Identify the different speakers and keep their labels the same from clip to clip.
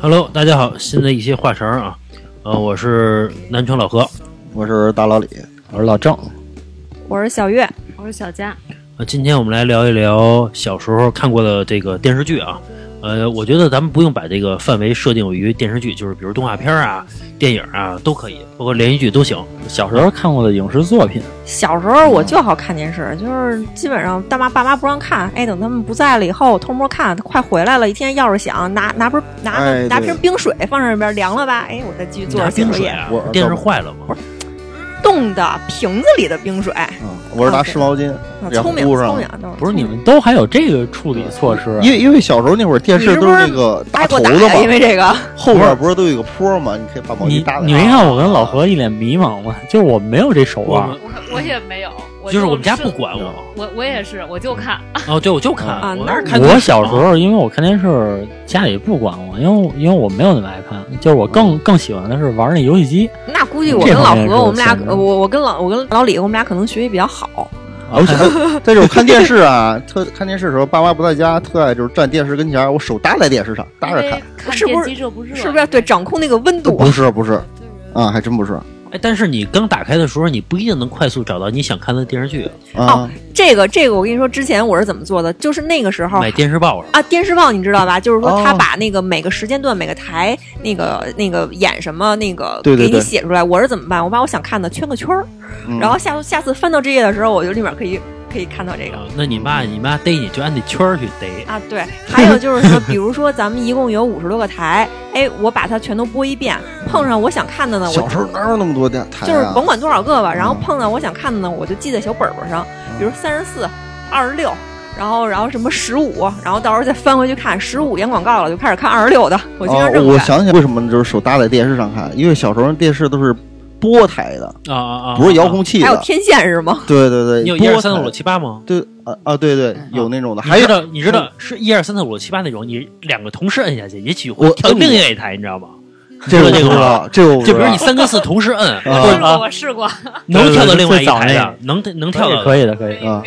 Speaker 1: Hello，大家好，新的一些话茬儿啊，呃，我是南拳老何，
Speaker 2: 我是大老李，
Speaker 3: 我是老郑，
Speaker 4: 我是小月，
Speaker 5: 我是小佳。
Speaker 1: 呃，今天我们来聊一聊小时候看过的这个电视剧啊，呃，我觉得咱们不用把这个范围设定于电视剧，就是比如动画片啊、电影啊都可以，包括连续剧都行。
Speaker 3: 小时候看过的影视作品，
Speaker 4: 小时候我就好看电视，就是基本上大妈爸妈不让看，哎，等他们不在了以后，我偷摸看，快回来了，一天钥匙响，拿拿瓶拿个、
Speaker 2: 哎
Speaker 4: 拿
Speaker 2: 对
Speaker 4: 瓶冰水放这边凉了吧，哎，我再继续做
Speaker 1: 拿
Speaker 4: 着
Speaker 1: 冰
Speaker 4: 写作
Speaker 1: 水
Speaker 4: 业，
Speaker 1: 啊
Speaker 2: 我，
Speaker 1: 电视坏了嘛？
Speaker 4: 冻的瓶子里的冰水，啊
Speaker 2: 嗯，我是拿湿毛巾也
Speaker 4: 聪明
Speaker 2: 糊
Speaker 4: 聪
Speaker 2: 上
Speaker 4: 明
Speaker 2: 了。，
Speaker 4: 都
Speaker 3: 不是你们都还有这个处理措施？啊
Speaker 2: 因为因为小时候那会儿电视都是那个
Speaker 4: 挨
Speaker 2: 大
Speaker 4: 过
Speaker 2: 头
Speaker 4: 打
Speaker 2: 子
Speaker 4: 呀，因
Speaker 2: 嘛，
Speaker 4: 为这个
Speaker 2: 后边不是都有一个坡嘛，你可以把毛巾
Speaker 3: 你
Speaker 2: 搭在
Speaker 3: 你没看我跟老何一脸迷茫吗？就是我没有这手
Speaker 1: 我
Speaker 3: 腕
Speaker 1: 们，
Speaker 5: 我我也没有，我
Speaker 1: 就是我们
Speaker 5: 是
Speaker 1: 家不。管我，
Speaker 5: 我我也是，我就看，
Speaker 1: 哦，对，我就看，
Speaker 4: 啊
Speaker 1: 我
Speaker 4: 那
Speaker 1: 那是看电视啊
Speaker 3: 我小时候因为我看电视，家里不管我，因为我因为我没有那么爱看，就是我更更喜欢的是玩那游戏机。
Speaker 4: 那估计我跟老何，我们俩我我跟老我跟老李，我们俩可能学习比较好，
Speaker 2: 而且在这种看电视啊， 特看电视的时候，爸妈不在家，特爱就是站电视跟前儿，我手搭在电视上搭
Speaker 5: 因
Speaker 2: 着
Speaker 5: 为
Speaker 2: 看。
Speaker 5: 看
Speaker 4: 是不
Speaker 5: 电
Speaker 4: 是
Speaker 5: 机热不热？
Speaker 4: 是不是？对，掌控那个温度，
Speaker 2: 不是不是，啊，还真不是
Speaker 1: 哎，但是你刚打开的时候，你不一定能快速找到你想看的电视剧，
Speaker 4: 哦
Speaker 2: 啊，
Speaker 4: 这个这个我跟你说，之前我是怎么做的，就是那个时候
Speaker 1: 买电视报上。
Speaker 4: 啊，电视报你知道吧？就是说，他
Speaker 2: 哦
Speaker 4: 把那个每个时间段、每个台、那个那个演什么那个
Speaker 2: 对对
Speaker 4: 给你
Speaker 2: 对
Speaker 4: 写出来。我是怎么办？我把我想看的圈个圈儿，
Speaker 2: 嗯
Speaker 4: 然后下次下次翻到这页的时候，我就立马可以可以看到这个。
Speaker 1: 啊那你妈，你妈逮你就按那圈儿去逮。
Speaker 4: 啊， 对，还有就是说，比如说咱们一共有五十多个台，哎，我把它全都播一遍，碰上我想看的呢，我
Speaker 2: 小时候哪有那么多电台啊？
Speaker 4: 就是甭管多少个吧，然后碰到我想看的呢，我就记在小本本上，比如三十四、二十六，然后然后什么十五，然后到时候再翻回去看十五演广告了，就开始看二十六的，我经常
Speaker 2: 哦
Speaker 4: 这么
Speaker 2: 我
Speaker 4: 干。
Speaker 2: 想起为什么就是手搭在电视上看，因为小时候电视都是波台的，
Speaker 1: 啊啊啊！
Speaker 2: 不是遥控器
Speaker 4: 还有
Speaker 2: 的。
Speaker 4: 天线是吗？
Speaker 2: 对对对，
Speaker 1: 你有一
Speaker 2: 波
Speaker 1: 二三四五
Speaker 2: 台
Speaker 1: 六七八吗？
Speaker 2: 对啊啊对对，有那种的，
Speaker 1: 你
Speaker 2: 还有
Speaker 1: 知道你知道是一二三四五六七八那种，你两个同时摁下去，也许会
Speaker 2: 我
Speaker 1: 跳
Speaker 2: 摁
Speaker 1: 另
Speaker 2: 你
Speaker 1: 外一台，你知道吗？
Speaker 2: 这个
Speaker 1: 这个
Speaker 2: 不知道，这个我不
Speaker 1: 就
Speaker 2: 知
Speaker 1: 比如你
Speaker 2: 道。
Speaker 1: 三跟四同时摁，
Speaker 2: 啊
Speaker 5: 我试过，我试过。
Speaker 1: 能跳到另外一
Speaker 3: 最
Speaker 1: 台
Speaker 3: 早
Speaker 1: 的，能能跳
Speaker 3: 那
Speaker 1: 到
Speaker 3: 个可以的，可以的。
Speaker 2: 啊，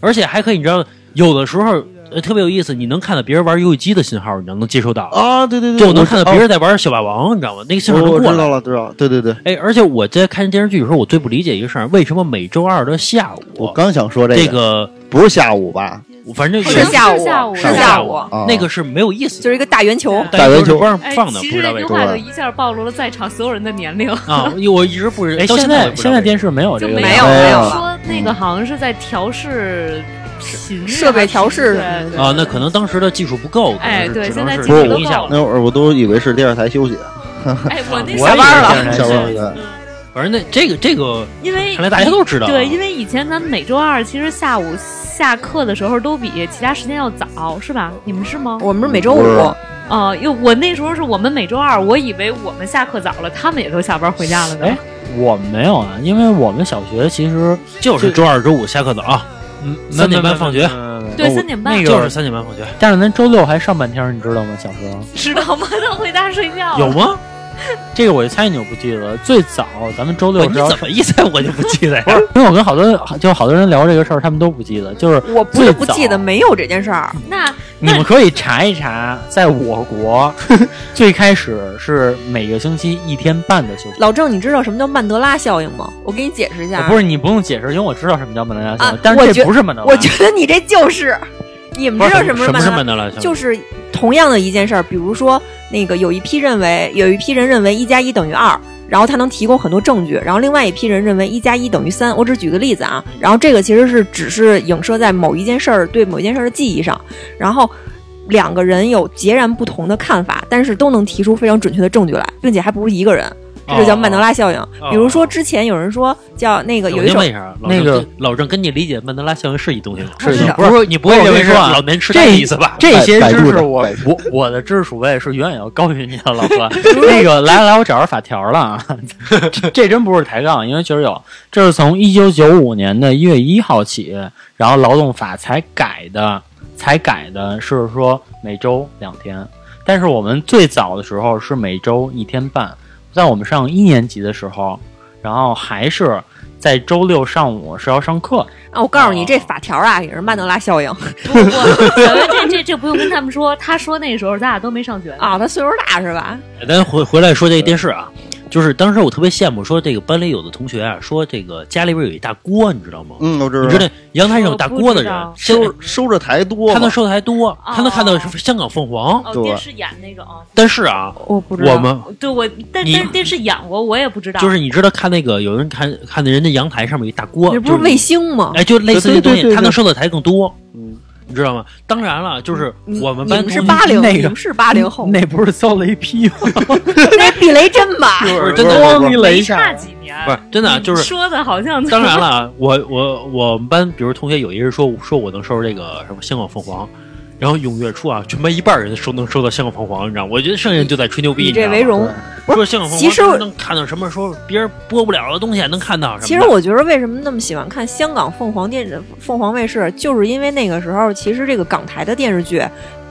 Speaker 1: 而且还可以，你知道，有的时候呃特别有意思，你能看到别人玩游戏机的信号，你能能接收到。
Speaker 2: 啊，对对对，
Speaker 1: 就我能看到别
Speaker 2: 人。
Speaker 1: 人在玩小霸王，你知道吗？那个信号
Speaker 2: 我
Speaker 1: 能
Speaker 2: 我
Speaker 1: 过
Speaker 2: 知道
Speaker 1: 来。
Speaker 2: 了，知道了，对对对，
Speaker 1: 哎，而且我在看电视剧的时候，我最不理解一个事儿，为什么每周二的下
Speaker 2: 我
Speaker 1: 午，
Speaker 2: 刚想说
Speaker 1: 这
Speaker 2: 个，
Speaker 1: 个啊
Speaker 2: 不是下午吧？
Speaker 1: 我反正
Speaker 4: 是
Speaker 1: 有
Speaker 5: 是
Speaker 4: 下午，
Speaker 5: 下午
Speaker 4: 是
Speaker 5: 是
Speaker 4: 下
Speaker 1: 下
Speaker 4: 午，
Speaker 3: 哦
Speaker 2: 啊
Speaker 1: 那个是没有意思的，
Speaker 4: 就是一个大圆球。
Speaker 1: 但是
Speaker 2: 打篮球
Speaker 1: 不让
Speaker 5: 哎，
Speaker 1: 放的，不
Speaker 5: 其实
Speaker 1: 知道
Speaker 5: 这
Speaker 1: 为
Speaker 5: 句
Speaker 1: 什
Speaker 5: 话
Speaker 1: 么
Speaker 5: 就一下暴露了在场所有人的年龄。
Speaker 1: 啊！我一直不知
Speaker 3: 哎，
Speaker 1: 到
Speaker 3: 现
Speaker 1: 在
Speaker 3: 在现在电视没有这
Speaker 5: 就
Speaker 3: 个，
Speaker 4: 没有
Speaker 2: 没有了
Speaker 5: 说那个好像是在调试频率
Speaker 4: 嗯设备调试
Speaker 5: 还
Speaker 4: 什
Speaker 5: 是
Speaker 4: 么
Speaker 5: 对
Speaker 4: 的
Speaker 1: 啊，那可能当时的技术不够，可能
Speaker 5: 哎
Speaker 1: 是
Speaker 5: 对
Speaker 1: 只
Speaker 5: 现在
Speaker 1: 能
Speaker 5: 技
Speaker 1: 是
Speaker 5: 术
Speaker 1: 模
Speaker 2: 不
Speaker 1: 拟一下
Speaker 5: 够
Speaker 1: 了。
Speaker 2: 那会儿我都以为是电视台休息，
Speaker 5: 哎，我那
Speaker 1: 我也
Speaker 5: 下班
Speaker 1: 以为
Speaker 2: 下班儿
Speaker 5: 是
Speaker 2: 了
Speaker 1: 反正那这个这个，
Speaker 5: 因为
Speaker 1: 看来大家都知道啊。
Speaker 5: 对，因为以前咱们每周二其实下午下课的时候都比其他时间要早，是吧？你们是吗？
Speaker 4: 我们是每周五
Speaker 2: 不是
Speaker 5: 哦，又我那时候是我们每周二，我以为我们下课早了，他们也都下班回家了呢。
Speaker 3: 哎我们没有啊，因为我们小学其实
Speaker 1: 就是周二周五下课早啊，
Speaker 3: 嗯
Speaker 1: 三点半放学，
Speaker 2: 嗯
Speaker 5: 对，三点半
Speaker 3: 那
Speaker 1: 就
Speaker 3: 个
Speaker 1: 是三点半放学，
Speaker 3: 但是咱周六还上半天儿，你知道吗？小时候
Speaker 5: 知道吗？他回家睡觉了
Speaker 1: 有吗？
Speaker 3: 这个我就猜你就不记得了。最早咱们周
Speaker 1: 我
Speaker 3: 六
Speaker 1: 你
Speaker 3: 是要，
Speaker 1: 怎么一猜我就不记得呀？
Speaker 3: 因为我跟好多就好多人聊这个事儿，他们都不记得。就是
Speaker 4: 我不是
Speaker 3: 最
Speaker 4: 不
Speaker 3: 早
Speaker 4: 记得没有这件事儿，
Speaker 5: 那
Speaker 3: 你们可以查一查，在 我国最开始是每个星期一天半的休息。
Speaker 4: 老郑，你知道什么叫曼德拉效应吗？我给你解释一下
Speaker 3: 我
Speaker 4: 啊。
Speaker 3: 不是你不用解释，因为我知道什么叫曼德拉效
Speaker 4: 啊
Speaker 3: 应，但
Speaker 4: 我
Speaker 3: 是
Speaker 4: 觉
Speaker 3: 这不是曼德拉。
Speaker 4: 我觉得你这就是，你们知道
Speaker 1: 什
Speaker 4: 么是曼
Speaker 1: 么
Speaker 4: 德
Speaker 1: 是
Speaker 4: 拉
Speaker 1: 曼德拉效应？
Speaker 4: 就是同样的一件事儿，比如说那个有一批认为有一批人认为一加一等于二，然后他能提供很多证据，然后另外一批人认为一加一等于三。我只举个例子啊，然后这个其实是只是影射在某一件事儿对某一件事儿的记忆上，然后。两个人有截然不同的看法，但是都能提出非常准确的证据来，并且还不是一个人，这
Speaker 1: 哦
Speaker 4: 就叫曼德拉效应。比如说，之前有人说叫那个有
Speaker 1: 我
Speaker 4: 一
Speaker 1: 先
Speaker 4: 首
Speaker 1: 问一下啊，老郑
Speaker 3: 那个
Speaker 1: 老郑跟你理解曼德拉效应是一东西吗？
Speaker 3: 是
Speaker 4: 是的
Speaker 1: 不是你不会认为是啊老年痴呆的意思吧？
Speaker 3: 这些
Speaker 2: 百
Speaker 3: 知
Speaker 2: 度
Speaker 3: 识
Speaker 2: 的
Speaker 3: 我
Speaker 2: 百
Speaker 3: 我我的知识储备是远远要高于你的，老婆。那个来来，我找着法条了啊！这这真不是抬杠，因为确实有，这是从一九九五年的一月一号起，然后劳动法才改的，才改的是说每周两天，但是我们最早的时候是每周一天半，在我们上一年级的时候，然后还是在周六上午是要上课，
Speaker 4: 啊，我告诉你，
Speaker 3: 哦
Speaker 4: 这法条啊也是曼德拉效应
Speaker 5: 不不，小月这这这不用跟他们说，他说那时候咱俩都没上学呢。
Speaker 4: 啊，他岁数大是吧？
Speaker 1: 咱回回来说这个电视啊，就是当时我特别羡慕，说这个班里有的同学啊，说这个家里边有一大锅，你知道吗？
Speaker 2: 嗯，我知
Speaker 1: 你
Speaker 2: 道
Speaker 1: 知。道阳台上有大锅的人
Speaker 5: 我，不
Speaker 1: 现在
Speaker 2: 收收着台多嘛
Speaker 1: 他能，收的还多，他能看到是香港凤凰。
Speaker 5: 哦，
Speaker 2: 对
Speaker 5: 电视演那个啊，
Speaker 1: 但是啊，
Speaker 4: 我不知道。
Speaker 1: 我们
Speaker 5: 对我，但但
Speaker 1: 你
Speaker 5: 是电视演过，我也不知道。
Speaker 1: 就是你知道看那个有人看看那人家阳台上面有一大锅，
Speaker 4: 那不是
Speaker 1: 就
Speaker 4: 卫星吗？
Speaker 1: 哎，就类似这东
Speaker 2: 对对对
Speaker 1: 西，
Speaker 2: 对
Speaker 1: 他能收的台更多，
Speaker 2: 嗯
Speaker 1: 你知道吗？当然了，就是
Speaker 4: 你
Speaker 1: 我们
Speaker 4: 你
Speaker 1: 班
Speaker 4: 们是
Speaker 1: 同学
Speaker 4: 八零，
Speaker 3: 那个嗯
Speaker 4: 你们是八零后，
Speaker 3: 那不是遭雷劈吗？
Speaker 4: 那避雷针吧？
Speaker 2: 不
Speaker 1: 是真的
Speaker 2: 不
Speaker 3: 咣一
Speaker 2: 不
Speaker 3: 雷
Speaker 5: 没
Speaker 3: 一
Speaker 5: 差
Speaker 3: 下，
Speaker 5: 几年，
Speaker 1: 不是真的啊，
Speaker 5: 你
Speaker 1: 就是
Speaker 5: 说的好像
Speaker 1: 当然了啊，我我我们班，比如同学有一人说说我能收拾这个什么香港凤凰，然后踊跃出啊，全班一半人收能收到香港凤凰，你知道吗？我觉得剩下人就在吹牛逼，
Speaker 4: 以
Speaker 1: 你知
Speaker 4: 这
Speaker 1: 道吗
Speaker 4: 为荣。不是
Speaker 1: 说香港凤
Speaker 4: 其
Speaker 1: 凰
Speaker 4: 实
Speaker 1: 他
Speaker 4: 我
Speaker 1: 们能看到什么？说别人播不了的东西还能看到什么的？
Speaker 4: 其实我觉得为什么那么喜欢看香港凤凰电凤凰卫视，就是因为那个时候其实这个港台的电视剧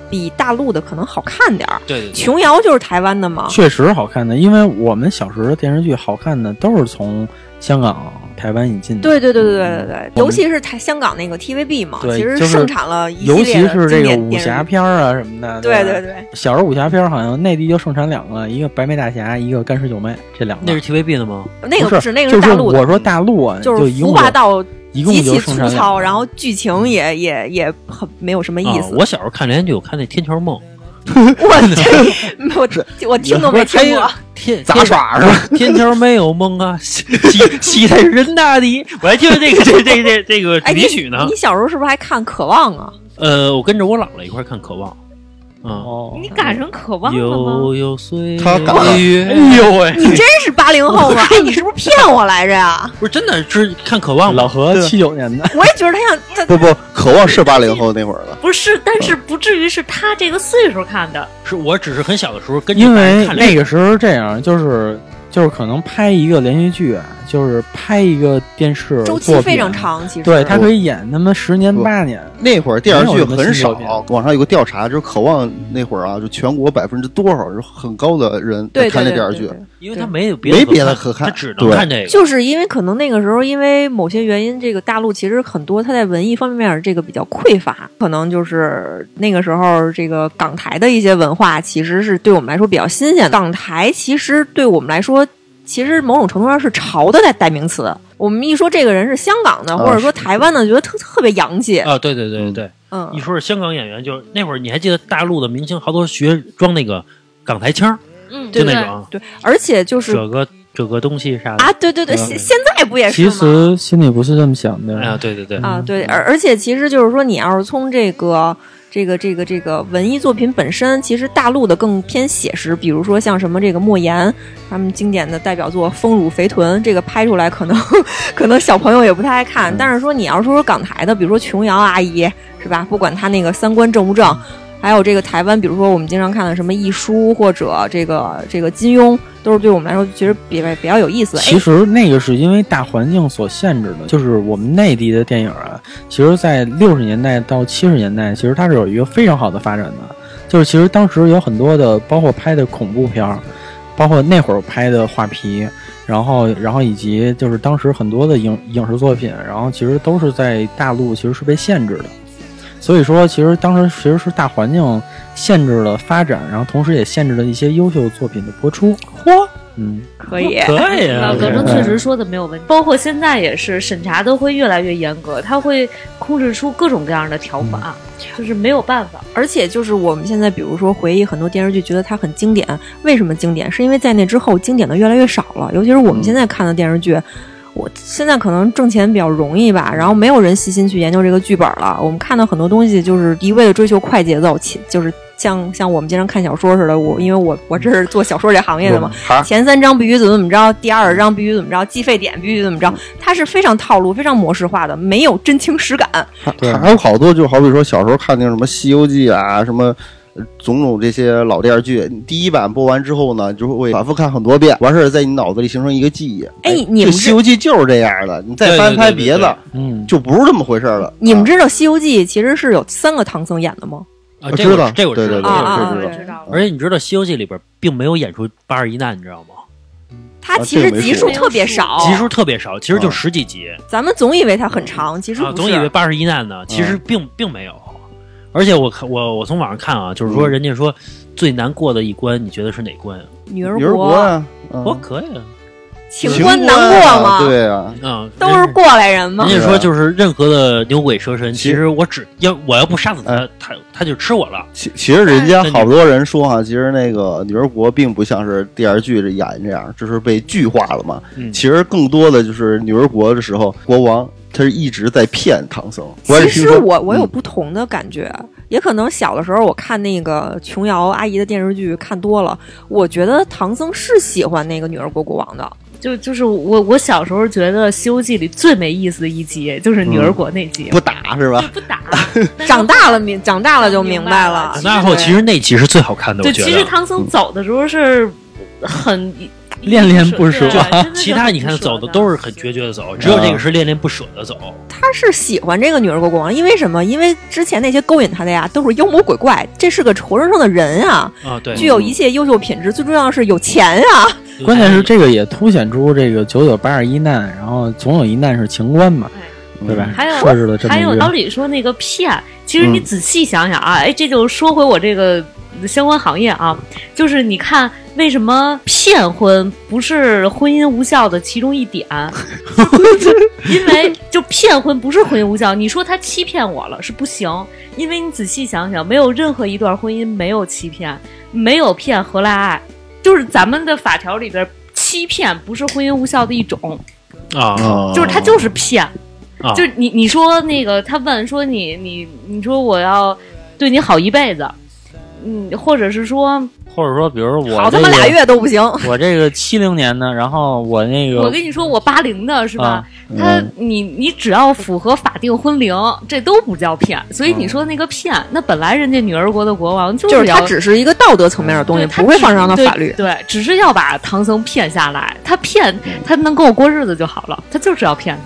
Speaker 4: 比大陆的可能好看点儿。
Speaker 1: 对对对，
Speaker 4: 琼瑶就是台湾的嘛，
Speaker 3: 确实好看的，因为我们小时候的电视剧好看的都是从香港、台湾引进的。
Speaker 4: 对对对对对对对，
Speaker 3: 嗯我们
Speaker 4: 尤其是台香港那个 TVB 嘛，
Speaker 3: 对
Speaker 4: 其实
Speaker 3: 就是
Speaker 4: 盛产了一
Speaker 3: 尤
Speaker 4: 系列
Speaker 3: 其
Speaker 4: 的
Speaker 3: 是这
Speaker 4: 经
Speaker 3: 个
Speaker 4: 典
Speaker 3: 武
Speaker 4: 电视
Speaker 3: 侠
Speaker 4: 剧。
Speaker 3: 片儿啊什么的。
Speaker 4: 对
Speaker 3: 吧
Speaker 4: 对对，
Speaker 3: 小时候武侠片儿好像内地就盛产两个，一个白眉大侠，一个干尸九妹，这两
Speaker 1: 那
Speaker 3: 个
Speaker 1: 是。TVB 的吗？
Speaker 4: 那
Speaker 3: 不
Speaker 4: 个
Speaker 3: 是
Speaker 4: 那个
Speaker 3: 就是
Speaker 4: 大陆的，嗯
Speaker 3: 我说大陆啊，
Speaker 4: 就
Speaker 3: 就是一
Speaker 4: 服
Speaker 3: 共
Speaker 4: 化
Speaker 3: 就
Speaker 4: 道
Speaker 3: 一共
Speaker 4: 极
Speaker 3: 就
Speaker 4: 其
Speaker 3: 盛
Speaker 4: 粗
Speaker 3: 产两
Speaker 4: 糙，
Speaker 3: 个
Speaker 4: 然后剧情也也也很没有什么意
Speaker 1: 啊
Speaker 4: 思，。
Speaker 1: 我小时候看连续剧，我看那《天桥梦》，
Speaker 4: 我这我我听都没听过。
Speaker 1: 天
Speaker 2: 杂耍是吧？
Speaker 1: 天桥没有梦啊， 西西西在人大地，我还听着这个这这这这个主
Speaker 4: 哎，你
Speaker 1: 题曲呢
Speaker 4: 你。小时候是不是还看《渴望》啊？
Speaker 1: 呃，我跟着我姥姥一块儿看《渴望》，嗯。
Speaker 3: 哦
Speaker 5: 你赶上渴望了吗？
Speaker 1: 悠悠岁
Speaker 2: 他敢了
Speaker 1: 月，
Speaker 3: 哎呦
Speaker 4: 你
Speaker 3: 喂，
Speaker 4: 真是八零后吗？哎，你是不是骗我来着呀？
Speaker 1: 不是真的是看《渴望》
Speaker 3: 老
Speaker 1: 吗？
Speaker 3: 何
Speaker 2: 对
Speaker 3: 七九 年的，
Speaker 4: 我也觉得他像他
Speaker 2: 不不，渴望是八零后那会儿的。
Speaker 5: 不是，但是不至于是他这个岁数看的。
Speaker 1: 是我只是很小的时候跟着
Speaker 3: 因
Speaker 1: 大人
Speaker 3: 为
Speaker 1: 看
Speaker 3: 那
Speaker 1: 这
Speaker 3: 个时候这样，就是就是可能拍一个连续剧啊，就是拍一个电视
Speaker 4: 周
Speaker 3: 作
Speaker 4: 期非
Speaker 3: 品
Speaker 4: 常，长，其实
Speaker 3: 对他可以演他妈十年八年。
Speaker 2: 那会儿电视剧很少
Speaker 3: 没有什么新作，
Speaker 2: 网上有个调查，就是渴望那会儿啊，就全国百分之多少是很高的人
Speaker 4: 对
Speaker 2: 在看
Speaker 4: 对
Speaker 2: 那
Speaker 4: 对
Speaker 2: 电视
Speaker 4: 对
Speaker 2: 剧
Speaker 4: 对，
Speaker 1: 因为他没有别的
Speaker 2: 没别的
Speaker 1: 可
Speaker 2: 可看
Speaker 1: 他只能看这个。
Speaker 4: 就是因为可能那个时候，因为某些原因，这个大陆其实很多它在文艺方面这个比较匮乏，可能就是那个时候这个港台的一些文化其实是对我们来说比较新鲜的。港台其实对我们来说，其实某种程度上是潮的代代名词。我们一说这个人是香港的，
Speaker 2: 啊
Speaker 4: 或者
Speaker 2: 是
Speaker 4: 说台湾的，觉得特特别洋气。
Speaker 1: 哦啊，对对对对对，
Speaker 4: 嗯
Speaker 1: 一，说是香港演员，就是那会儿你还记得大陆的明星好多学装那个港台腔儿，
Speaker 5: 嗯，
Speaker 1: 就
Speaker 5: 对
Speaker 1: 那种啊
Speaker 4: 对，而且就是
Speaker 1: 这个这个东西啥的
Speaker 4: 啊，对对对，
Speaker 1: 嗯
Speaker 4: 现现在不也是
Speaker 3: 其
Speaker 4: 吗？
Speaker 3: 实心里不是这么想
Speaker 1: 哎呀，
Speaker 3: 的，
Speaker 1: 对对对，
Speaker 4: 啊，
Speaker 3: 嗯
Speaker 4: 对，而而且其实就是说，你要是从这个这个这个这个文艺作品本身，其实大陆的更偏写实，比如说像什么这个莫言他们经典的代表作《丰乳肥臀》，这个拍出来可能可能小朋友也不太爱
Speaker 3: 嗯
Speaker 4: 看。但是说你要是说说港台的，比如说琼瑶阿姨是吧？不管她那个三观正不正。还有这个台湾，比如说我们经常看的什么易舒或者这个这个金庸，都是对我们来说其实比比较有意思。哎
Speaker 3: 其，实那个是因为大环境所限制的，就是我们内地的电影啊，其实，在六十年代到七十年代，其实它是有一个非常好的发展的。就是其实当时有很多的，包括拍的恐怖片儿，包括那会儿拍的画皮，然后然后以及就是当时很多的影影视作品，然后其实都是在大陆其实是被限制的。所以说，其实当时其实是大环境限制了发展，然后同时也限制了一些优秀作品的播出。嚯，嗯，
Speaker 4: 哎可以，
Speaker 1: 可以啊
Speaker 5: 老，
Speaker 3: 对对
Speaker 5: 革命
Speaker 3: 对
Speaker 5: 确实说的没有问题，包括现在也是审查都会越来越严格，它会控制出各种各样的条款，就是没有办法。
Speaker 4: 而且就是我们现在，比如说回忆很多电视剧，觉得它很经典，为什么经典？是因为在那之后，经典的越来越少了。尤其是我们现在看的电视剧，我现在可能挣钱比较容易吧，然后没有人细心去研究这个剧本了。我们看到很多东西就是一味的追求快节奏，其就是像像我们经常看小说似的。我因为我我这是做小说这行业的嘛，
Speaker 2: 好
Speaker 4: 前三章必须怎么怎么着，第二章必须怎么着，记沸点必须怎么着，它是非常套路、非常模式化的，没有真情实感。
Speaker 2: 还
Speaker 3: 对
Speaker 2: 还有好多，就好比说小时候看那个什么《西游记》啊，什么。呃种种这些老电视剧，第一版播完之后呢，就会反复看很多遍，完事儿在你脑子里形成一个记忆。
Speaker 4: 哎你你
Speaker 2: 这《
Speaker 4: 们这
Speaker 2: 西游记》就是这样的，你再
Speaker 1: 对对
Speaker 2: 翻
Speaker 1: 对
Speaker 2: 拍
Speaker 1: 对
Speaker 2: 别
Speaker 1: 对
Speaker 2: 的，
Speaker 3: 嗯，
Speaker 2: 就不是这么回事儿了。
Speaker 4: 你们
Speaker 2: 啊
Speaker 4: 知道《西游记》其实是有三个唐僧演的吗？
Speaker 1: 啊
Speaker 2: 我
Speaker 1: 这我
Speaker 2: 知道
Speaker 1: 这我
Speaker 2: 对
Speaker 1: 知
Speaker 2: 对
Speaker 1: 道
Speaker 2: 对
Speaker 1: 这我
Speaker 4: 啊
Speaker 1: 知道。
Speaker 4: 啊啊
Speaker 5: 我知道了。
Speaker 1: 而且你知道《西游记》里边并没有演出八十一难，你知道吗？
Speaker 4: 它
Speaker 2: 啊
Speaker 4: 其
Speaker 2: 这
Speaker 4: 实
Speaker 2: 个没
Speaker 4: 集
Speaker 2: 说
Speaker 4: 数特别少，
Speaker 1: 集数特别少，其实
Speaker 2: 哦
Speaker 1: 就十几集
Speaker 4: 咱们总以为它很长，其实
Speaker 1: 啊，
Speaker 4: 不
Speaker 1: 总
Speaker 4: 是。
Speaker 1: 以为八十一难呢，其实并并没有。而且我看我我从网上看啊，就是说
Speaker 2: 嗯
Speaker 1: 人家说最难过的一关，你觉得是哪关啊？
Speaker 4: 女儿
Speaker 2: 女儿国
Speaker 4: 国
Speaker 2: 啊，嗯
Speaker 1: 我可以啊，
Speaker 4: 情
Speaker 2: 情
Speaker 4: 关
Speaker 2: 关
Speaker 4: 难过
Speaker 2: 啊
Speaker 4: 吗？
Speaker 2: 对啊，
Speaker 1: 嗯，
Speaker 4: 都是
Speaker 1: 人
Speaker 4: 过来人嘛。
Speaker 1: 人家说就是任何的牛鬼蛇神，
Speaker 2: 其
Speaker 1: 其实我只要我要不杀死他，他他就吃我了。
Speaker 2: 其其实人家好多人
Speaker 4: 哎
Speaker 2: 说哈，其实那个女儿国并不像是电视剧里演这样，就是被剧化了嘛。
Speaker 1: 嗯
Speaker 2: 其实更多的就是女儿国的时候，国王他是一直在骗唐僧。我也
Speaker 4: 其
Speaker 2: 听
Speaker 4: 实
Speaker 2: 说
Speaker 4: 我我有
Speaker 2: 嗯
Speaker 4: 不同的感觉，也可能小的时候我看那个琼瑶阿姨的电视剧看多了，我觉得唐僧是喜欢那个女儿国国王的。
Speaker 5: 就就是我我小时候觉得《西游记》里最没意思的一集就是女儿国那集，
Speaker 2: 不打是吧？
Speaker 5: 不打，
Speaker 4: 长大了明长大了就明白了。
Speaker 1: 长大后，其实那集是最好看的，我
Speaker 5: 对，
Speaker 1: 觉
Speaker 5: 其实
Speaker 1: 得。
Speaker 5: 唐僧走的时候是很
Speaker 3: 恋恋不舍
Speaker 5: 对啊真 的是
Speaker 1: 其他你
Speaker 5: 很
Speaker 1: 看
Speaker 5: 不舍
Speaker 1: 走的都是很决绝的走，只有这个是恋恋不舍的走。
Speaker 4: 他是喜欢这个女儿国国王，因为什么？因为之前那些勾引他的呀，都是妖魔鬼怪，这是个活生生的人啊，
Speaker 1: 啊，对，
Speaker 4: 具有一切优秀品质，最重要的是有钱啊。
Speaker 1: 对
Speaker 3: 关键是这个也凸显出这个九九八十一难，然后总有一难是情关嘛，对吧？
Speaker 5: 还有
Speaker 3: 设置了这么
Speaker 5: 还
Speaker 3: 一
Speaker 5: 有，
Speaker 3: 个
Speaker 5: 老李说那个骗，其实你
Speaker 2: 嗯
Speaker 5: 仔细想想啊，哎，这就说回我这个相关行业啊，就是你看为什么骗婚不是婚姻无效的其中 一点，因为就骗婚不是婚姻无效，你说他欺骗我了是不行，因为你仔细想想，没有任何一段婚姻没有欺骗，没有骗何来爱？就是咱们的法条里边。欺骗不是婚姻无效的一种，
Speaker 1: 啊
Speaker 4: 哦
Speaker 2: 啊，
Speaker 5: 就是他就是骗，
Speaker 1: 啊，
Speaker 5: 就是你你说那个，他问说你你你说我要对你好一辈子，嗯，或者是说
Speaker 3: 或者说，比如我
Speaker 4: 好他
Speaker 3: 这
Speaker 4: 妈
Speaker 3: 个
Speaker 4: 俩月都不行，
Speaker 3: 我这个七零年的，然后我那个
Speaker 5: 我跟你说我八零的是吧
Speaker 3: 啊？
Speaker 5: 他
Speaker 2: 嗯
Speaker 5: 你你只要符合法定婚龄，这都不叫骗。所以你说那个骗，那本来人家女儿国的国王就
Speaker 4: 就是是
Speaker 5: 要
Speaker 4: 他只是一个道德层面的东西，
Speaker 5: 对他
Speaker 4: 不会
Speaker 5: 只
Speaker 4: 放上到
Speaker 5: 对
Speaker 4: 法律。
Speaker 5: 对，只是要把唐僧骗下来，他骗他能跟我过日子就好了，他就是要骗
Speaker 4: 嗯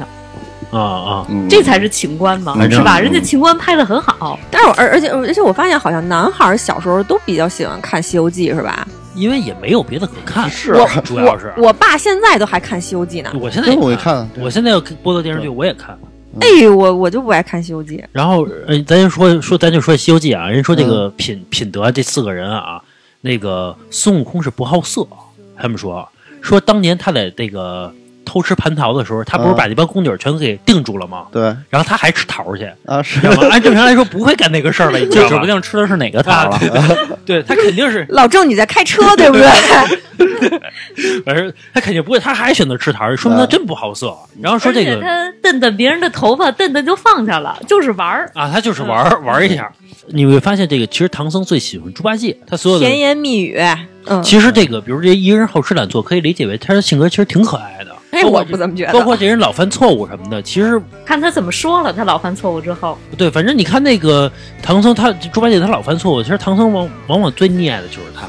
Speaker 5: 他，
Speaker 1: 啊啊，
Speaker 2: 嗯
Speaker 5: 这才是情关嘛，
Speaker 2: 反正
Speaker 5: 是吧？
Speaker 2: 嗯
Speaker 5: 人家情关拍的很好，
Speaker 4: 但是我而而且而且我发现，好像男孩儿小时候都比较喜欢看《西游记》，是吧？
Speaker 1: 因为也没有别的可看，
Speaker 2: 是
Speaker 4: 我
Speaker 1: 主要是
Speaker 4: 我我爸现在都还看《西游记》呢。
Speaker 1: 我现在
Speaker 2: 这
Speaker 1: 也
Speaker 2: 我一，看，啊
Speaker 1: 我现在要播的电视剧我也看。
Speaker 4: 哎，我我就不爱看《西游记》，
Speaker 1: 然后，呃，咱就说说，咱就说《西游记》啊，人说这
Speaker 2: 嗯
Speaker 1: 个品、品德这四个人啊，那个孙悟空是不好色，他们说说当年他在那个偷吃蟠桃的时候，他不是
Speaker 2: 嗯
Speaker 1: 把那帮宫女全给定住了吗？
Speaker 2: 对
Speaker 1: 然后他还吃桃去，
Speaker 2: 啊是
Speaker 1: 知道吗？按正常来说不会干那个事儿了，你知
Speaker 3: 就
Speaker 1: 道
Speaker 3: 指不
Speaker 1: 吗？
Speaker 3: 定吃的是哪个
Speaker 2: 啊
Speaker 3: 啊桃了。
Speaker 1: 啊对他肯定是，
Speaker 4: 老郑你在开 车对不对？
Speaker 1: 反正他肯定不会，他还选择吃桃，说
Speaker 2: 嗯
Speaker 1: 明他真不好色。然后说这
Speaker 5: 而且
Speaker 1: 个
Speaker 5: 他瞪瞪别人的头发，瞪瞪就放下了，就是玩儿。
Speaker 1: 啊，他就是玩
Speaker 4: 嗯
Speaker 1: 儿玩儿一下，你会发现这个其实唐僧最喜欢猪八戒，他所有的
Speaker 4: 甜言蜜语，嗯，
Speaker 1: 其实这个，比如这一个人好吃懒做，可以理解为他的性格其实挺可爱的。
Speaker 4: 哎，
Speaker 1: 包括
Speaker 4: 我不这么觉
Speaker 1: 包
Speaker 4: 得。
Speaker 1: 括这人老犯错误什么的，其实
Speaker 5: 看他怎么说了，他老犯错误之后，
Speaker 1: 对，反正你看那个唐僧他，猪八戒他老犯错误，其实唐僧往往往最溺爱的就是他。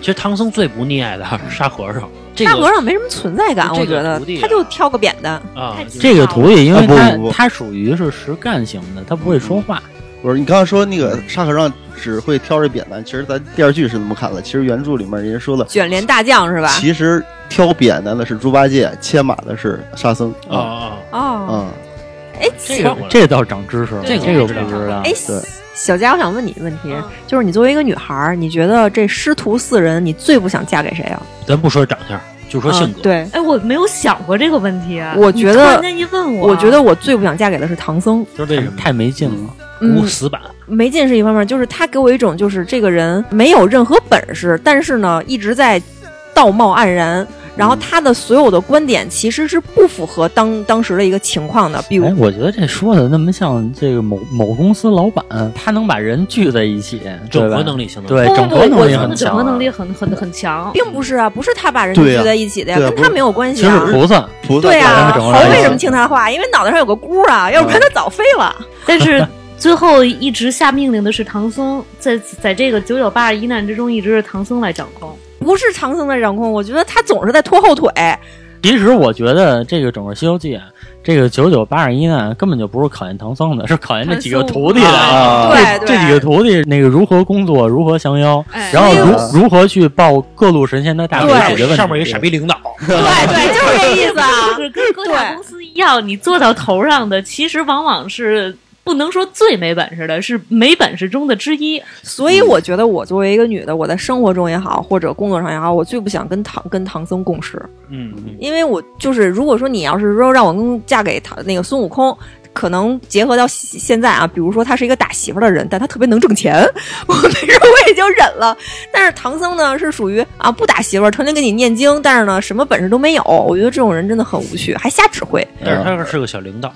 Speaker 1: 其实唐僧最不溺爱的 是沙和尚，这
Speaker 4: 大和
Speaker 1: 个
Speaker 4: 尚没什么存在感，
Speaker 1: 这
Speaker 4: 我
Speaker 1: 个
Speaker 4: 觉得
Speaker 1: 徒弟啊
Speaker 4: 他就挑个扁担。
Speaker 1: 啊，
Speaker 3: 这个徒弟，因
Speaker 2: 啊
Speaker 3: 为
Speaker 2: 不
Speaker 3: 他
Speaker 2: 不不
Speaker 3: 他属于是实干型的，他不会说话。
Speaker 2: 不是，你刚才说那个沙和尚只会挑着扁担，其实咱电视剧是那么看的，其实原著里面人家说的，
Speaker 4: 卷帘大将是吧？
Speaker 2: 其实挑扁担的是猪八戒，牵马的是沙僧
Speaker 1: 啊啊，
Speaker 4: 哦，
Speaker 2: 啊，
Speaker 4: 哎，
Speaker 1: 嗯这
Speaker 4: 奇
Speaker 1: 个
Speaker 3: 这倒长知识了，
Speaker 5: 这
Speaker 3: 嗯这
Speaker 5: 个
Speaker 3: 个
Speaker 5: 我
Speaker 3: 不
Speaker 5: 知道
Speaker 3: 知道
Speaker 4: 哎。，小佳，我想问你一个问题，
Speaker 1: 嗯
Speaker 4: 就是你作为一个女孩儿，你觉得这师徒四人，你最不想嫁给谁啊？
Speaker 1: 咱不说长相，就说性
Speaker 4: 嗯
Speaker 1: 格。
Speaker 4: 对，
Speaker 5: 哎，我没有想过这个问题。啊
Speaker 4: 我觉得
Speaker 5: 你突然间一问我
Speaker 4: 我觉得我最不想嫁给的是唐僧。
Speaker 1: 就是为什么
Speaker 3: 太没劲了。
Speaker 4: 嗯
Speaker 1: 无，死板？
Speaker 4: 没劲是一方面，就是他给我一种就是这个人没有任何本事，但是呢一直在道貌岸然。然后
Speaker 1: 嗯
Speaker 4: 他的所有的观点其实是不符合当当时的一个情况的，比如
Speaker 3: 哎，我觉得这说的那么像这个某某公司老板，他能把人聚在一起，
Speaker 1: 整合
Speaker 3: 对吧
Speaker 1: 能力型的
Speaker 3: 对
Speaker 5: 不不
Speaker 3: 整
Speaker 5: 不
Speaker 3: 合能
Speaker 5: 哦我
Speaker 3: 力
Speaker 5: 觉得
Speaker 3: 很
Speaker 5: 整合
Speaker 3: 强。啊
Speaker 5: 能力很很很强。
Speaker 4: 并不是啊，不是他把人
Speaker 2: 对
Speaker 4: 聚
Speaker 2: 呀
Speaker 4: 在一起的呀，
Speaker 2: 对呀
Speaker 4: 跟
Speaker 2: 不
Speaker 4: 他
Speaker 2: 是
Speaker 4: 没有关系
Speaker 3: 其实
Speaker 4: 啊。
Speaker 3: 菩萨，
Speaker 2: 菩萨
Speaker 4: 对呀、
Speaker 3: 咱
Speaker 4: 啊，
Speaker 3: 们整个
Speaker 4: 猴
Speaker 3: 来
Speaker 4: 为
Speaker 3: 说
Speaker 4: 什么听他话？因为脑袋上有个箍啊，要不然他早飞了。
Speaker 5: 但是最后一直下命令的是唐僧，在在这个九九八十一难之中，一直是唐僧来掌控。
Speaker 4: 不是唐僧在掌控，我觉得他总是在拖后腿。
Speaker 3: 其实我觉得这个整个《西游记》啊，这个九九八十一难根本就不是考验唐僧的，是考验这几个徒弟的。
Speaker 2: 啊
Speaker 4: 对
Speaker 3: 这这几个徒弟那个如何工作，如何降妖，
Speaker 5: 哎
Speaker 3: 然后
Speaker 4: 哎
Speaker 2: 呦
Speaker 3: 如如何去报各路神仙的大
Speaker 4: 对
Speaker 3: 腿解决问题。
Speaker 1: 上面有一傻逼领导，
Speaker 4: 对 对，就是这意思啊
Speaker 5: 就。是跟各大公司一样，你做到头上的，其实往往是不能说最没本事的，是没本事中的之一。
Speaker 4: 所
Speaker 2: 嗯
Speaker 4: 以我觉得，我作为一个女的，我在生活中也好，或者工作上也好，我最不想跟唐跟唐僧共事，
Speaker 1: 嗯，
Speaker 4: 因为我就是，如果说你要是说让我跟嫁给唐那个孙悟空。可能结合到现现在啊，比如说他是一个打媳妇儿的人，但他特别能挣钱， 我那时候我也就忍了。但是唐僧呢，是属于啊不打媳妇儿，成天给你念经，但是呢什么本事都没有。我觉得这种人真的很无趣，还瞎指挥。
Speaker 1: 但是他是个小领导，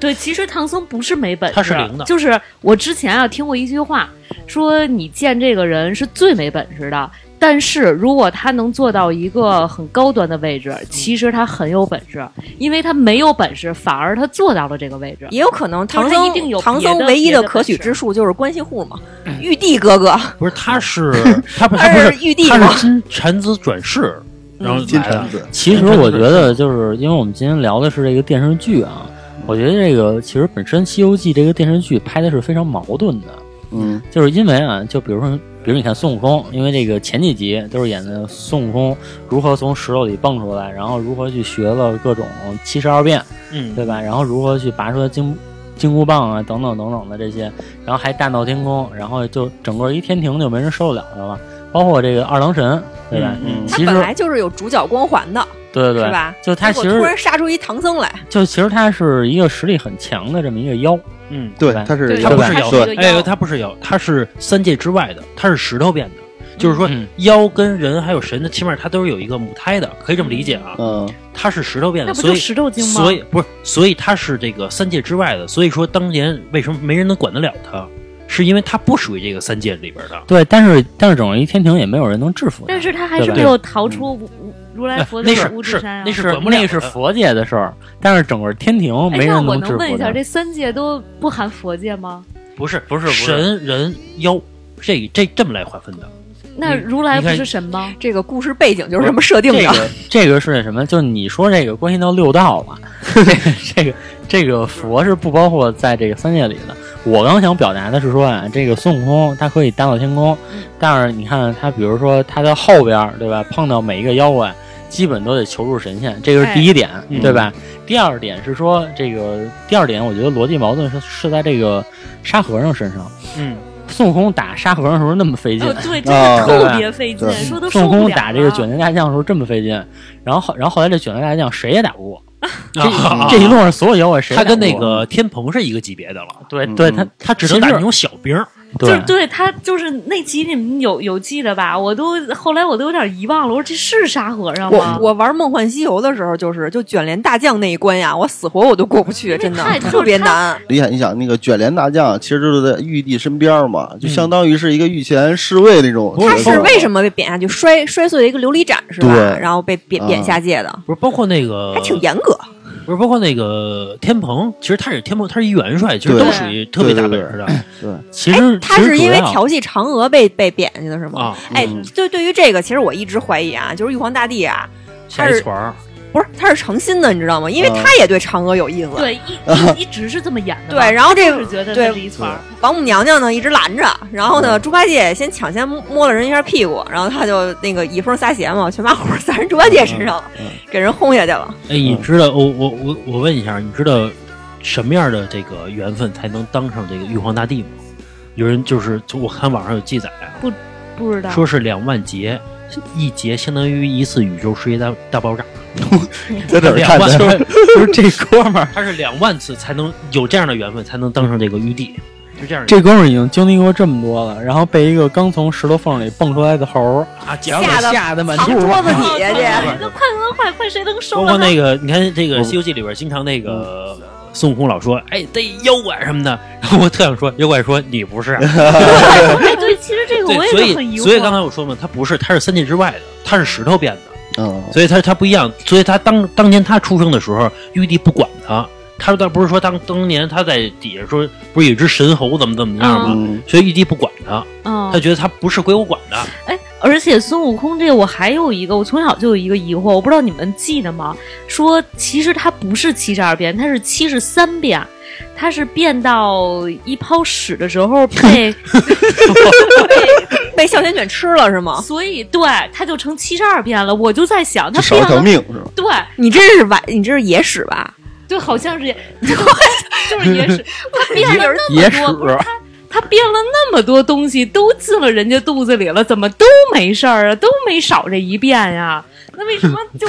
Speaker 5: 对，其实唐僧不是没本事，
Speaker 1: 他是零的
Speaker 5: 就是我之前啊听过一句话，说你见这个人是最没本事的，但是如果他能做到一个很高端的位置，其实他很有本事，因为他没有本事，反而他做到了这个位置。
Speaker 4: 也有可能唐
Speaker 5: 他
Speaker 4: 僧
Speaker 5: 一定有别的
Speaker 4: 唐僧唯一
Speaker 5: 别的
Speaker 4: 可取
Speaker 5: 本事
Speaker 4: 之处就是关系 户嘛，
Speaker 3: 嗯
Speaker 4: 玉帝哥哥，
Speaker 1: 不是 他是他不他
Speaker 4: 他
Speaker 1: 不
Speaker 4: 是
Speaker 1: 是
Speaker 4: 玉帝
Speaker 1: 他
Speaker 4: 嘛
Speaker 1: 是，金蝉子转世，
Speaker 5: 嗯
Speaker 1: 然后
Speaker 2: 金
Speaker 1: 来的
Speaker 2: 蝉子，
Speaker 3: 其实
Speaker 1: 嗯
Speaker 3: 我觉得，就是因为我们今天聊的是这个电视剧啊，我觉得这个其实本身《西游记》这个电视剧拍的是非常矛盾的，
Speaker 2: 嗯
Speaker 3: 就是因为啊，就比如说，比如你看孙悟空，因为这个前几集都是演的孙悟空如何从石头里蹦出来，然后如何去学了各种七十二变，
Speaker 1: 嗯，
Speaker 3: 对吧？然后如何去拔出金金箍棒啊，等等等啊等的这些，然后还大闹天宫，然后就整个一天庭就没人受得了他了，包括这个二郎神，对吧？
Speaker 1: 嗯嗯
Speaker 4: 他
Speaker 3: 其实
Speaker 4: 本来就是有主角光环的，
Speaker 3: 对对对，
Speaker 4: 是吧？
Speaker 3: 就他
Speaker 4: 结
Speaker 3: 其
Speaker 4: 果
Speaker 3: 实
Speaker 4: 突然杀出一唐僧来，
Speaker 3: 就其实他是一个实力很强的这么一个妖，
Speaker 1: 嗯，
Speaker 2: 对
Speaker 3: 对，
Speaker 2: 他是
Speaker 5: 对
Speaker 1: 他
Speaker 2: 妖
Speaker 1: 不
Speaker 5: 对
Speaker 1: 是
Speaker 5: 他
Speaker 1: 妖，
Speaker 5: 是一个
Speaker 1: 对
Speaker 5: 妖
Speaker 1: 哎，他不是妖，他是三界之外的，他是石头变的。就是说
Speaker 3: 嗯，
Speaker 1: 妖跟人还有神的，起码他都是有一个母胎的，可以这么理解啊。
Speaker 2: 嗯
Speaker 1: 他是石头变
Speaker 5: 那
Speaker 1: 的，
Speaker 5: 不
Speaker 1: 所
Speaker 5: 就
Speaker 1: 以
Speaker 5: 石头精吗？
Speaker 1: 所以不是，所以他是这个三界之外的。所以说，当年为什么没人能管得了他，是因为他不属于这个三界里边的。
Speaker 3: 对，但是但是整个一天庭也没有人能制服他，
Speaker 5: 但是他还
Speaker 3: 对
Speaker 5: 是
Speaker 3: 吧
Speaker 5: 没有逃出无无如来佛
Speaker 1: 哎那
Speaker 5: 的
Speaker 1: 是
Speaker 5: 五
Speaker 1: 是
Speaker 5: 指山啊。
Speaker 1: 那是
Speaker 3: 是
Speaker 1: 管不了
Speaker 3: 那是
Speaker 1: 的
Speaker 3: 佛界的事儿，但是整个天庭
Speaker 5: 哎，
Speaker 3: 没
Speaker 5: 那
Speaker 3: 人
Speaker 5: 我
Speaker 3: 制
Speaker 5: 能问
Speaker 3: 服
Speaker 5: 一下，
Speaker 3: 他。
Speaker 5: 这三界都不含佛界吗？
Speaker 1: 不是啊不
Speaker 3: 是不是
Speaker 1: 神人妖，这这这么来划分的。
Speaker 5: 那
Speaker 1: 你
Speaker 5: 如来
Speaker 1: 你
Speaker 5: 不
Speaker 1: 看
Speaker 5: 是神吗？
Speaker 4: 这个故事背景就是这么设定
Speaker 3: 这
Speaker 4: 的。
Speaker 3: 个这个是什么？就是你说这个关系到六道了，这个这个这个佛是不包括在这个三界里的。我刚想表达的是说啊，这个孙悟空他可以大闹天宫，但是你看他，比如说他的后边儿对吧，碰到每一个妖怪，基本都得求助神仙，这个是第一点，对吧？第二点是说这个第二点，我觉得逻辑矛盾是是在这个沙和尚身上。
Speaker 1: 嗯，
Speaker 3: 孙悟空打沙和尚的时候那么费劲，
Speaker 5: 哦，对，真
Speaker 2: 啊
Speaker 5: 的特别费劲，
Speaker 2: 对
Speaker 5: 说都
Speaker 3: 孙
Speaker 5: 受
Speaker 3: 悟
Speaker 5: 不了
Speaker 3: 空
Speaker 5: 了。
Speaker 3: 打这个卷帘大将的时候这么费劲，然后后然后后来这卷帘大将谁也打不过，这
Speaker 1: 啊
Speaker 3: 这一路上所有妖怪谁也
Speaker 1: 他跟那
Speaker 3: 打不过
Speaker 1: 个天蓬是一个级别的了，
Speaker 3: 对对
Speaker 2: 嗯
Speaker 3: 他
Speaker 1: 他只能打
Speaker 3: 其实
Speaker 1: 那种小兵儿。
Speaker 5: 就是
Speaker 3: 对
Speaker 5: 对他就是那集你们有有记得吧？我都后来我都有点遗忘了，我说这是沙和尚
Speaker 4: 我
Speaker 5: 吗？
Speaker 4: 我玩《梦幻西游》的时候，就是就卷帘大将那一关呀，我死活我都过不去，真的
Speaker 5: 太
Speaker 4: 特别难。
Speaker 2: 你想，你想那个卷帘大将，其实就是在玉帝身边嘛，就相当于是一个御前侍卫那种。
Speaker 4: 他是为什
Speaker 2: 么？
Speaker 4: 么被贬下去？摔摔碎了一个琉璃盏是吧
Speaker 2: 对？
Speaker 4: 然后被贬
Speaker 2: 啊
Speaker 4: 贬下界的，哎
Speaker 1: 不是包括那个
Speaker 4: 还，挺严格。
Speaker 1: 不是包括那个天蓬，其实他是天蓬，他是一元帅，其实
Speaker 2: 对
Speaker 1: 都属于特别大本事的
Speaker 3: 其实
Speaker 4: 哎他
Speaker 3: 其实
Speaker 4: 是因为
Speaker 3: 主要
Speaker 4: 调戏嫦娥被被贬下去的是吗？
Speaker 1: 啊。
Speaker 4: 哎
Speaker 2: 嗯，
Speaker 4: 对，对于这个，其实我一直怀疑啊，就是玉皇大帝啊，
Speaker 1: 下一圈儿，
Speaker 4: 不是他是诚心的，你知道吗？因为
Speaker 2: 啊
Speaker 4: 他也对嫦娥有意思。
Speaker 5: 对一一一直是这么演的吧。
Speaker 4: 对然后这
Speaker 5: 就是觉得
Speaker 4: 对
Speaker 5: 那是一撮儿
Speaker 4: 王母娘娘呢一直拦着，然后
Speaker 2: 嗯
Speaker 4: 呢，猪八戒先抢先摸了人一下屁股，然后他就那个以风撒鞋嘛，全把火撒人猪八戒身上了，
Speaker 2: 嗯嗯
Speaker 4: 给人轰下去了。
Speaker 1: 哎，你
Speaker 3: 嗯
Speaker 1: 知道我我我我问一下，你知道什么样的这个缘分才能当上这个玉皇大帝吗？有人就是我看网上有记载啊，
Speaker 5: 不知道
Speaker 1: 说是两万劫，一劫相当于一次宇宙世界大大爆炸，
Speaker 2: 在这儿
Speaker 1: 两
Speaker 2: 看的，
Speaker 1: 万就是
Speaker 3: 就是这哥们儿，
Speaker 1: 他是两万次才能有这样的缘分，才能当上这个玉帝，就这样
Speaker 3: 这哥们儿已经经历过这么多了，然后被一个刚从石头缝里蹦出来的猴儿
Speaker 1: 啊，讲
Speaker 3: 然
Speaker 4: 吓
Speaker 3: 后给
Speaker 4: 得
Speaker 3: 吓得满
Speaker 4: 藏
Speaker 3: 处
Speaker 4: 桌子
Speaker 3: 跑
Speaker 4: 底下去。
Speaker 5: 快快快快，谁能
Speaker 1: 包
Speaker 5: 收啊
Speaker 1: 括
Speaker 5: 了他？
Speaker 1: 那个，你看这个
Speaker 2: 嗯
Speaker 1: 《西游记》里边经常那个孙悟空老说：“哎，逮妖怪什么的。” 然后我特想说，妖怪说：“你不是。 啊
Speaker 5: 哎，对，其实这”个我
Speaker 1: 对，
Speaker 5: 也
Speaker 1: 所
Speaker 5: 是很
Speaker 1: 以
Speaker 5: 疑惑。
Speaker 1: 所以刚才我说嘛，他不是，他是三界之外的，他是石头变的，
Speaker 2: 嗯，
Speaker 1: 所以他他不一样。所以他当当年他出生的时候，玉帝不管他，他倒不是说当当年他在底下说不是有一只神猴怎么怎么样吗？
Speaker 2: 嗯
Speaker 1: 所以玉帝不管他，
Speaker 5: 嗯
Speaker 1: 他，觉得他不是归我管的。
Speaker 5: 哎，而且孙悟空这个，我还有一个，我从小就有一个疑惑，我不知道你们记得吗？说其实它不是七十二变，它是七十三变，它是变到一泡屎的时候被
Speaker 4: 被哮天犬吃了是吗？
Speaker 5: 所以对，它就成七十二变了。我就在想，它
Speaker 2: 就少一
Speaker 5: 变
Speaker 2: 条
Speaker 5: 了，
Speaker 2: 命是吧？
Speaker 5: 对
Speaker 4: 你这是晚，你这是野史吧？
Speaker 5: 对，好像是也， 它就就是野史，它变了
Speaker 3: 野
Speaker 5: 那么多，不 是
Speaker 3: 史
Speaker 5: 它它变了那么多东西，都进了人家肚子里了，怎么都没事儿啊？都没少这一遍呀、那为什么就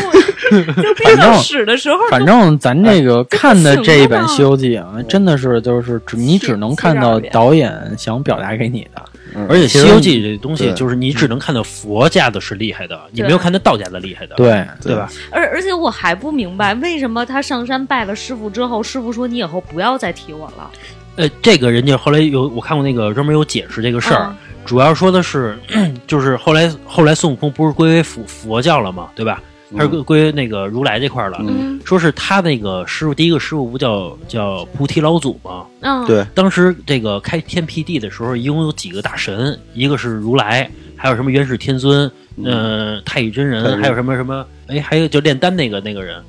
Speaker 5: 就变
Speaker 3: 反
Speaker 5: 到
Speaker 3: 正
Speaker 5: 屎的时候都
Speaker 3: 反正咱这个看的这一版
Speaker 5: 这不行了
Speaker 3: 《西游记》啊，真的是就是只你只能看到导演想表达给你的。
Speaker 1: 而且《西
Speaker 3: 其实
Speaker 1: 游记》这东西
Speaker 2: 对嗯
Speaker 1: 就是你只能看到佛家的是厉害的，你
Speaker 5: 对
Speaker 1: 没有看到道家的厉害的，
Speaker 3: 对，
Speaker 1: 对吧？
Speaker 5: 而而且我还不明白，为什么他上山拜了师傅之后，师傅说你以后不要再提我了。
Speaker 1: 呃，这个人家后来有我看过那个专门有解释这个事儿，主要说的是 就是后来后来孙悟空不是归为佛佛教了嘛，对吧？他是归归那个如来这块儿了，
Speaker 2: 嗯
Speaker 1: 说是他那个师傅第一个师傅不叫叫菩提老祖吗？
Speaker 5: 嗯，
Speaker 2: 对
Speaker 1: 当时这个开天辟地的时候，一共有几个大神，一个是如来，还有什么元始天尊，
Speaker 2: 嗯
Speaker 1: 呃，太乙真
Speaker 2: 太乙
Speaker 1: 人，还有什么什么，哎，还有就炼丹那个那个人，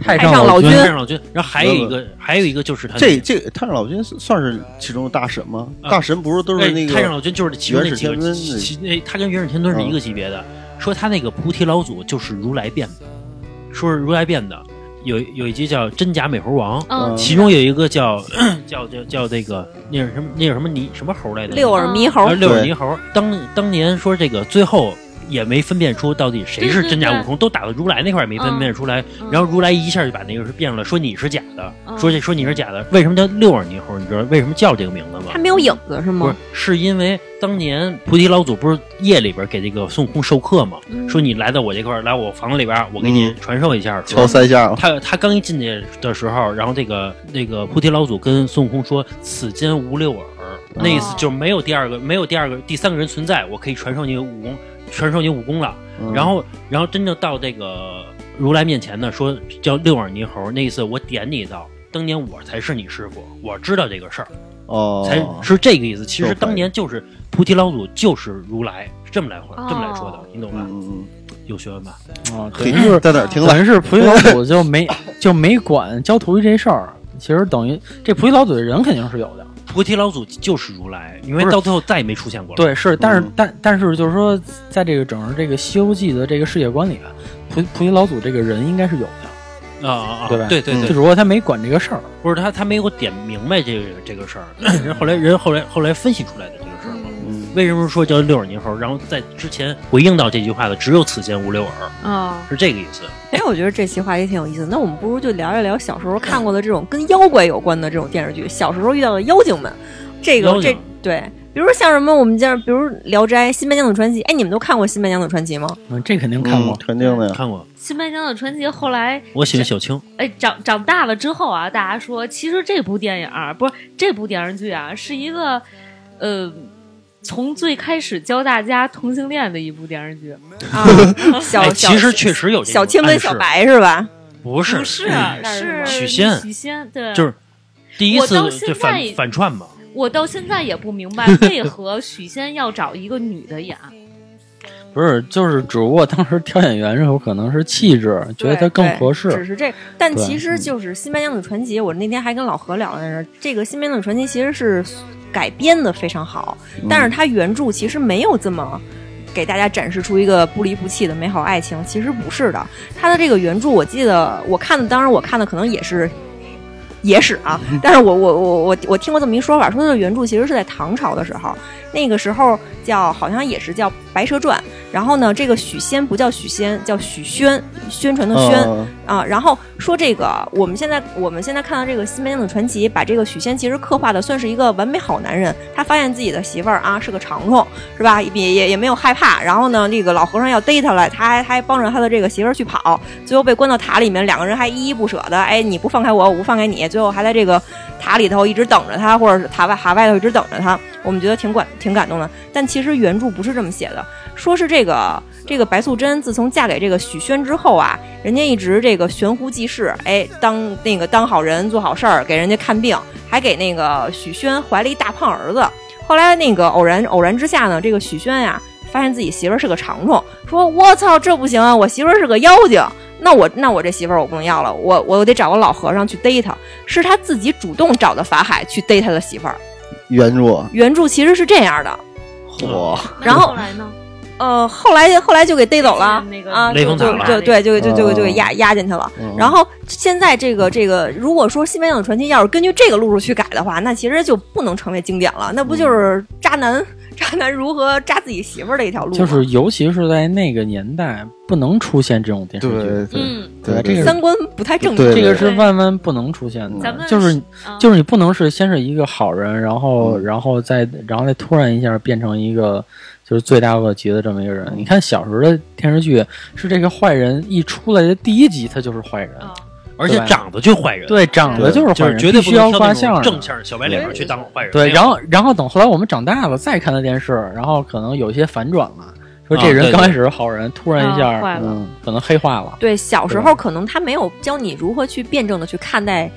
Speaker 3: 太
Speaker 4: 上老君
Speaker 1: 太上老君，然后还有一个还有一个就是他
Speaker 2: 嗯这这太上老君算是其中的大神吗？
Speaker 1: 啊
Speaker 2: 大神不是都
Speaker 1: 哎
Speaker 2: 是那
Speaker 1: 太上老
Speaker 2: 个
Speaker 1: 君就是其中那几个
Speaker 2: 元始天尊
Speaker 1: 其
Speaker 2: 那
Speaker 1: 其那他跟元始天尊是一个级别的。说他那个菩提老祖就是如来变的，说是如来变的。有有一集叫《真假美猴王》，
Speaker 5: 嗯，
Speaker 1: 其中有一个叫 叫叫叫那个那是什么那是什么泥什么猴来着？
Speaker 4: 六耳猕
Speaker 1: 啊
Speaker 4: 猴，
Speaker 3: 嗯
Speaker 1: 六耳
Speaker 2: 对
Speaker 1: 猕猴。当当年说这个最后。也没分辨出到底谁是真假悟空，都打到如来那块儿也没分辨出来。
Speaker 5: 嗯
Speaker 1: 然后如来一下就把那个是变了，说你是假的，
Speaker 5: 嗯
Speaker 1: 说这说你是假的。为什么叫六耳猕猴？你知道为什么叫这个名字吗
Speaker 4: 它？没有影子是
Speaker 1: 不是
Speaker 4: 吗？，
Speaker 1: 是因为当年菩提老祖不是夜里边给这个孙悟空授课嘛，
Speaker 5: 嗯
Speaker 1: 说你来到我这块儿，来我房子里边儿，我给你
Speaker 2: 嗯
Speaker 1: 传授一下。
Speaker 2: 敲三下啊，
Speaker 1: 他他刚一进去的时候，然后这个那个菩提老祖跟孙悟空说：“此间无六耳。”那意思就是没有第二个，没有第二个、第三个人存在，我可以传授你武功，传授你武功了。
Speaker 2: 嗯
Speaker 1: 然后，然后真正到这个如来面前呢，说叫六耳猕猴，那意思我点你一道，当年我才是你师傅，我知道这个事儿。
Speaker 2: 哦，
Speaker 1: 才是这个意思。其
Speaker 2: 就
Speaker 1: 实
Speaker 2: 是
Speaker 1: 当年就是菩提老祖就是如来，是这么来说，
Speaker 5: 哦
Speaker 1: 这么来说的，你懂吧？
Speaker 2: 嗯嗯
Speaker 1: 有学问吧？
Speaker 3: 啊，
Speaker 2: 嗯，
Speaker 3: 对，
Speaker 2: 嘿
Speaker 3: 就是
Speaker 2: 在哪儿停了？
Speaker 3: 等于是菩提老祖就没就没管教徒弟这事儿。其实等于这菩提老祖的人肯定是有的，
Speaker 1: 菩提老祖就是如来，因为
Speaker 3: 不是
Speaker 1: 到最后再也没出现过了。，
Speaker 3: 对，是，但是、
Speaker 2: 嗯
Speaker 3: 但但是就是说，在这个整个这个《西游记》的这个世界观里边，菩菩提老祖这个人应该是有的，
Speaker 1: 啊啊啊！
Speaker 3: 对吧
Speaker 1: 对对
Speaker 2: 嗯
Speaker 3: 就只
Speaker 1: 对，
Speaker 3: 不过他没管这个事儿。
Speaker 1: 不是他，他没给我点明白这个这个 事儿。人后来人后来后来分析出来的这个事儿嘛。
Speaker 2: 嗯
Speaker 1: 为什么说叫六耳猕猴？然后在之前回应到这句话的只有此间无六耳，
Speaker 5: 啊，
Speaker 1: 是这个意思。
Speaker 4: 哎，我觉得这期话题挺有意思。那我们不如就聊一聊小时候看过的这种跟妖怪有关的这种电视剧，小时候遇到的妖精们。这
Speaker 1: 妖
Speaker 4: 个
Speaker 1: 精
Speaker 4: 这对，比如像什么我们这样，比如《聊斋》《新白娘子传奇》。哎，你们都看过《新白娘子传奇》吗？
Speaker 3: 嗯，这肯定看过
Speaker 2: 嗯。肯定的呀。
Speaker 1: 看过，
Speaker 5: 新白娘子传奇后来
Speaker 1: 我喜欢小青。
Speaker 5: 哎，长长大了之后啊，大家说，其实这部电影儿不是这部电视剧啊，是一个，呃，从最开始教大家同性恋的一部电视剧，
Speaker 4: 啊，小
Speaker 1: 哎，
Speaker 4: 小
Speaker 1: 其实确实有这种
Speaker 4: 小青跟
Speaker 1: 暗示
Speaker 4: 小，白是吧？
Speaker 1: 不是
Speaker 5: 不是啊
Speaker 4: 那是什
Speaker 5: 是
Speaker 1: 许
Speaker 4: 么
Speaker 1: 仙
Speaker 5: 许仙，对，
Speaker 1: 就是第一
Speaker 5: 我
Speaker 1: 次
Speaker 5: 到现
Speaker 1: 就反
Speaker 5: 在
Speaker 1: 反串嘛。
Speaker 5: 我到现在也不明 白为何许仙要找一个女的演，
Speaker 3: 不是，就是只不过当时挑演员时候可能是气质，觉得他更
Speaker 4: 对
Speaker 3: 合
Speaker 4: 只
Speaker 3: 适。
Speaker 4: 是这，但
Speaker 3: 对
Speaker 4: 其
Speaker 1: 嗯
Speaker 4: 实就是《新白娘子传奇》，我那天还跟老何聊来着。这个《新白娘子传奇》其实是改编的非常好，
Speaker 1: 嗯
Speaker 4: 但是它原著其实没有这么。给大家展示出一个不离不弃的美好爱情，其实不是的。它的这个原著，我记得我看的，当然我看的可能也是野史啊，但是我我我我我听过这么一说法，说这个原著其实是在唐朝的时候，那个时候叫好像也是叫《白蛇传》，然后呢，这个许仙不叫许仙，叫许宣，宣传的宣，
Speaker 2: 嗯
Speaker 4: 啊，然后说这个，我们现在我们现在看到这个《新白娘子传奇》，把这个许仙其实刻画的算是一个完美好男人。他发现自己的媳妇儿啊是个长虫，是吧？也也也没有害怕。然后呢，这个老和尚要逮他来，他还他还帮着他的这个媳妇儿去跑，最后被关到塔里面，两个人还依依不舍的，哎，你不放开我，我不放开你，最后还在这个塔里头一直等着他，或者是塔外塔外头一直等着他。我们觉得挺感挺感动的，但其实原著不是这么写的，说是这个这个白素贞自从嫁给这个许宣之后啊，人家一直这个悬壶济世，哎，当那个当好人做好事儿，给人家看病，还给那个许宣怀了一大胖儿子。后来那个偶然偶然之下呢，这个许宣呀、发现自己媳妇儿是个长虫，说我操，这不行啊，我媳妇儿是个妖精，那我那我这媳妇儿我不能要了，我我得找个老和尚去逮她。是他自己主动找的法海去逮他的媳妇儿。
Speaker 2: 原著，
Speaker 4: 原著其实是这样的，
Speaker 1: 嗯
Speaker 2: 嚯，
Speaker 4: 然后
Speaker 5: 后来呢？
Speaker 4: 呃，后来后来就给逮走了
Speaker 5: 那个
Speaker 4: 啊，
Speaker 1: 嗯雷
Speaker 4: 就
Speaker 1: 锋塔
Speaker 4: 就
Speaker 1: 了
Speaker 4: 就对，就就就就
Speaker 2: 哦
Speaker 4: 给压压进去了。
Speaker 2: 嗯
Speaker 4: 然后现在这个这个，如果说《新白娘子传奇》要是根据这个路数去改的话，那其实就不能成为经典了，那不就是渣男渣男如何扎自己媳妇儿的一条路吗？
Speaker 3: 嗯就是尤其是在那个年代，不能出现这种电视
Speaker 2: 对
Speaker 3: 剧，
Speaker 2: 对对
Speaker 5: 嗯，
Speaker 2: 对，
Speaker 3: 这个
Speaker 4: 三观不太正
Speaker 2: 对
Speaker 4: 常。
Speaker 3: 这个
Speaker 2: 对
Speaker 3: 是万万不能出现
Speaker 5: 嗯咱们
Speaker 3: 的。就是
Speaker 5: 啊
Speaker 3: 就是你不能是先是一个好人，然后
Speaker 2: 嗯
Speaker 3: 然后再然后再突然一下变成一个就是罪大恶极的这么一个
Speaker 5: 嗯
Speaker 3: 人。你看小时候的电视剧，是这个坏人一出来的第一集他就是坏人，
Speaker 5: 啊
Speaker 1: 而且
Speaker 3: 对
Speaker 1: 长得就坏人，，
Speaker 3: 对，长得就是
Speaker 1: 就
Speaker 3: 坏
Speaker 1: 是
Speaker 3: 人，
Speaker 1: 绝对
Speaker 3: 必
Speaker 1: 不
Speaker 3: 须要
Speaker 1: 能
Speaker 3: 画
Speaker 1: 挑
Speaker 3: 像
Speaker 1: 那种
Speaker 3: 人
Speaker 1: 正气儿小白脸儿去当坏人。
Speaker 3: 对，
Speaker 1: 没有
Speaker 3: 然后
Speaker 5: 嗯
Speaker 3: 然后等后来我们长大了再看的电视，然后可能有一些反转了，说这
Speaker 1: 啊对
Speaker 3: 人刚开始是好人，突然一
Speaker 5: 啊
Speaker 3: 下
Speaker 5: 坏了
Speaker 3: 嗯可能黑化了。
Speaker 4: 对，小时候可能他没有教你如何去辩证的去看待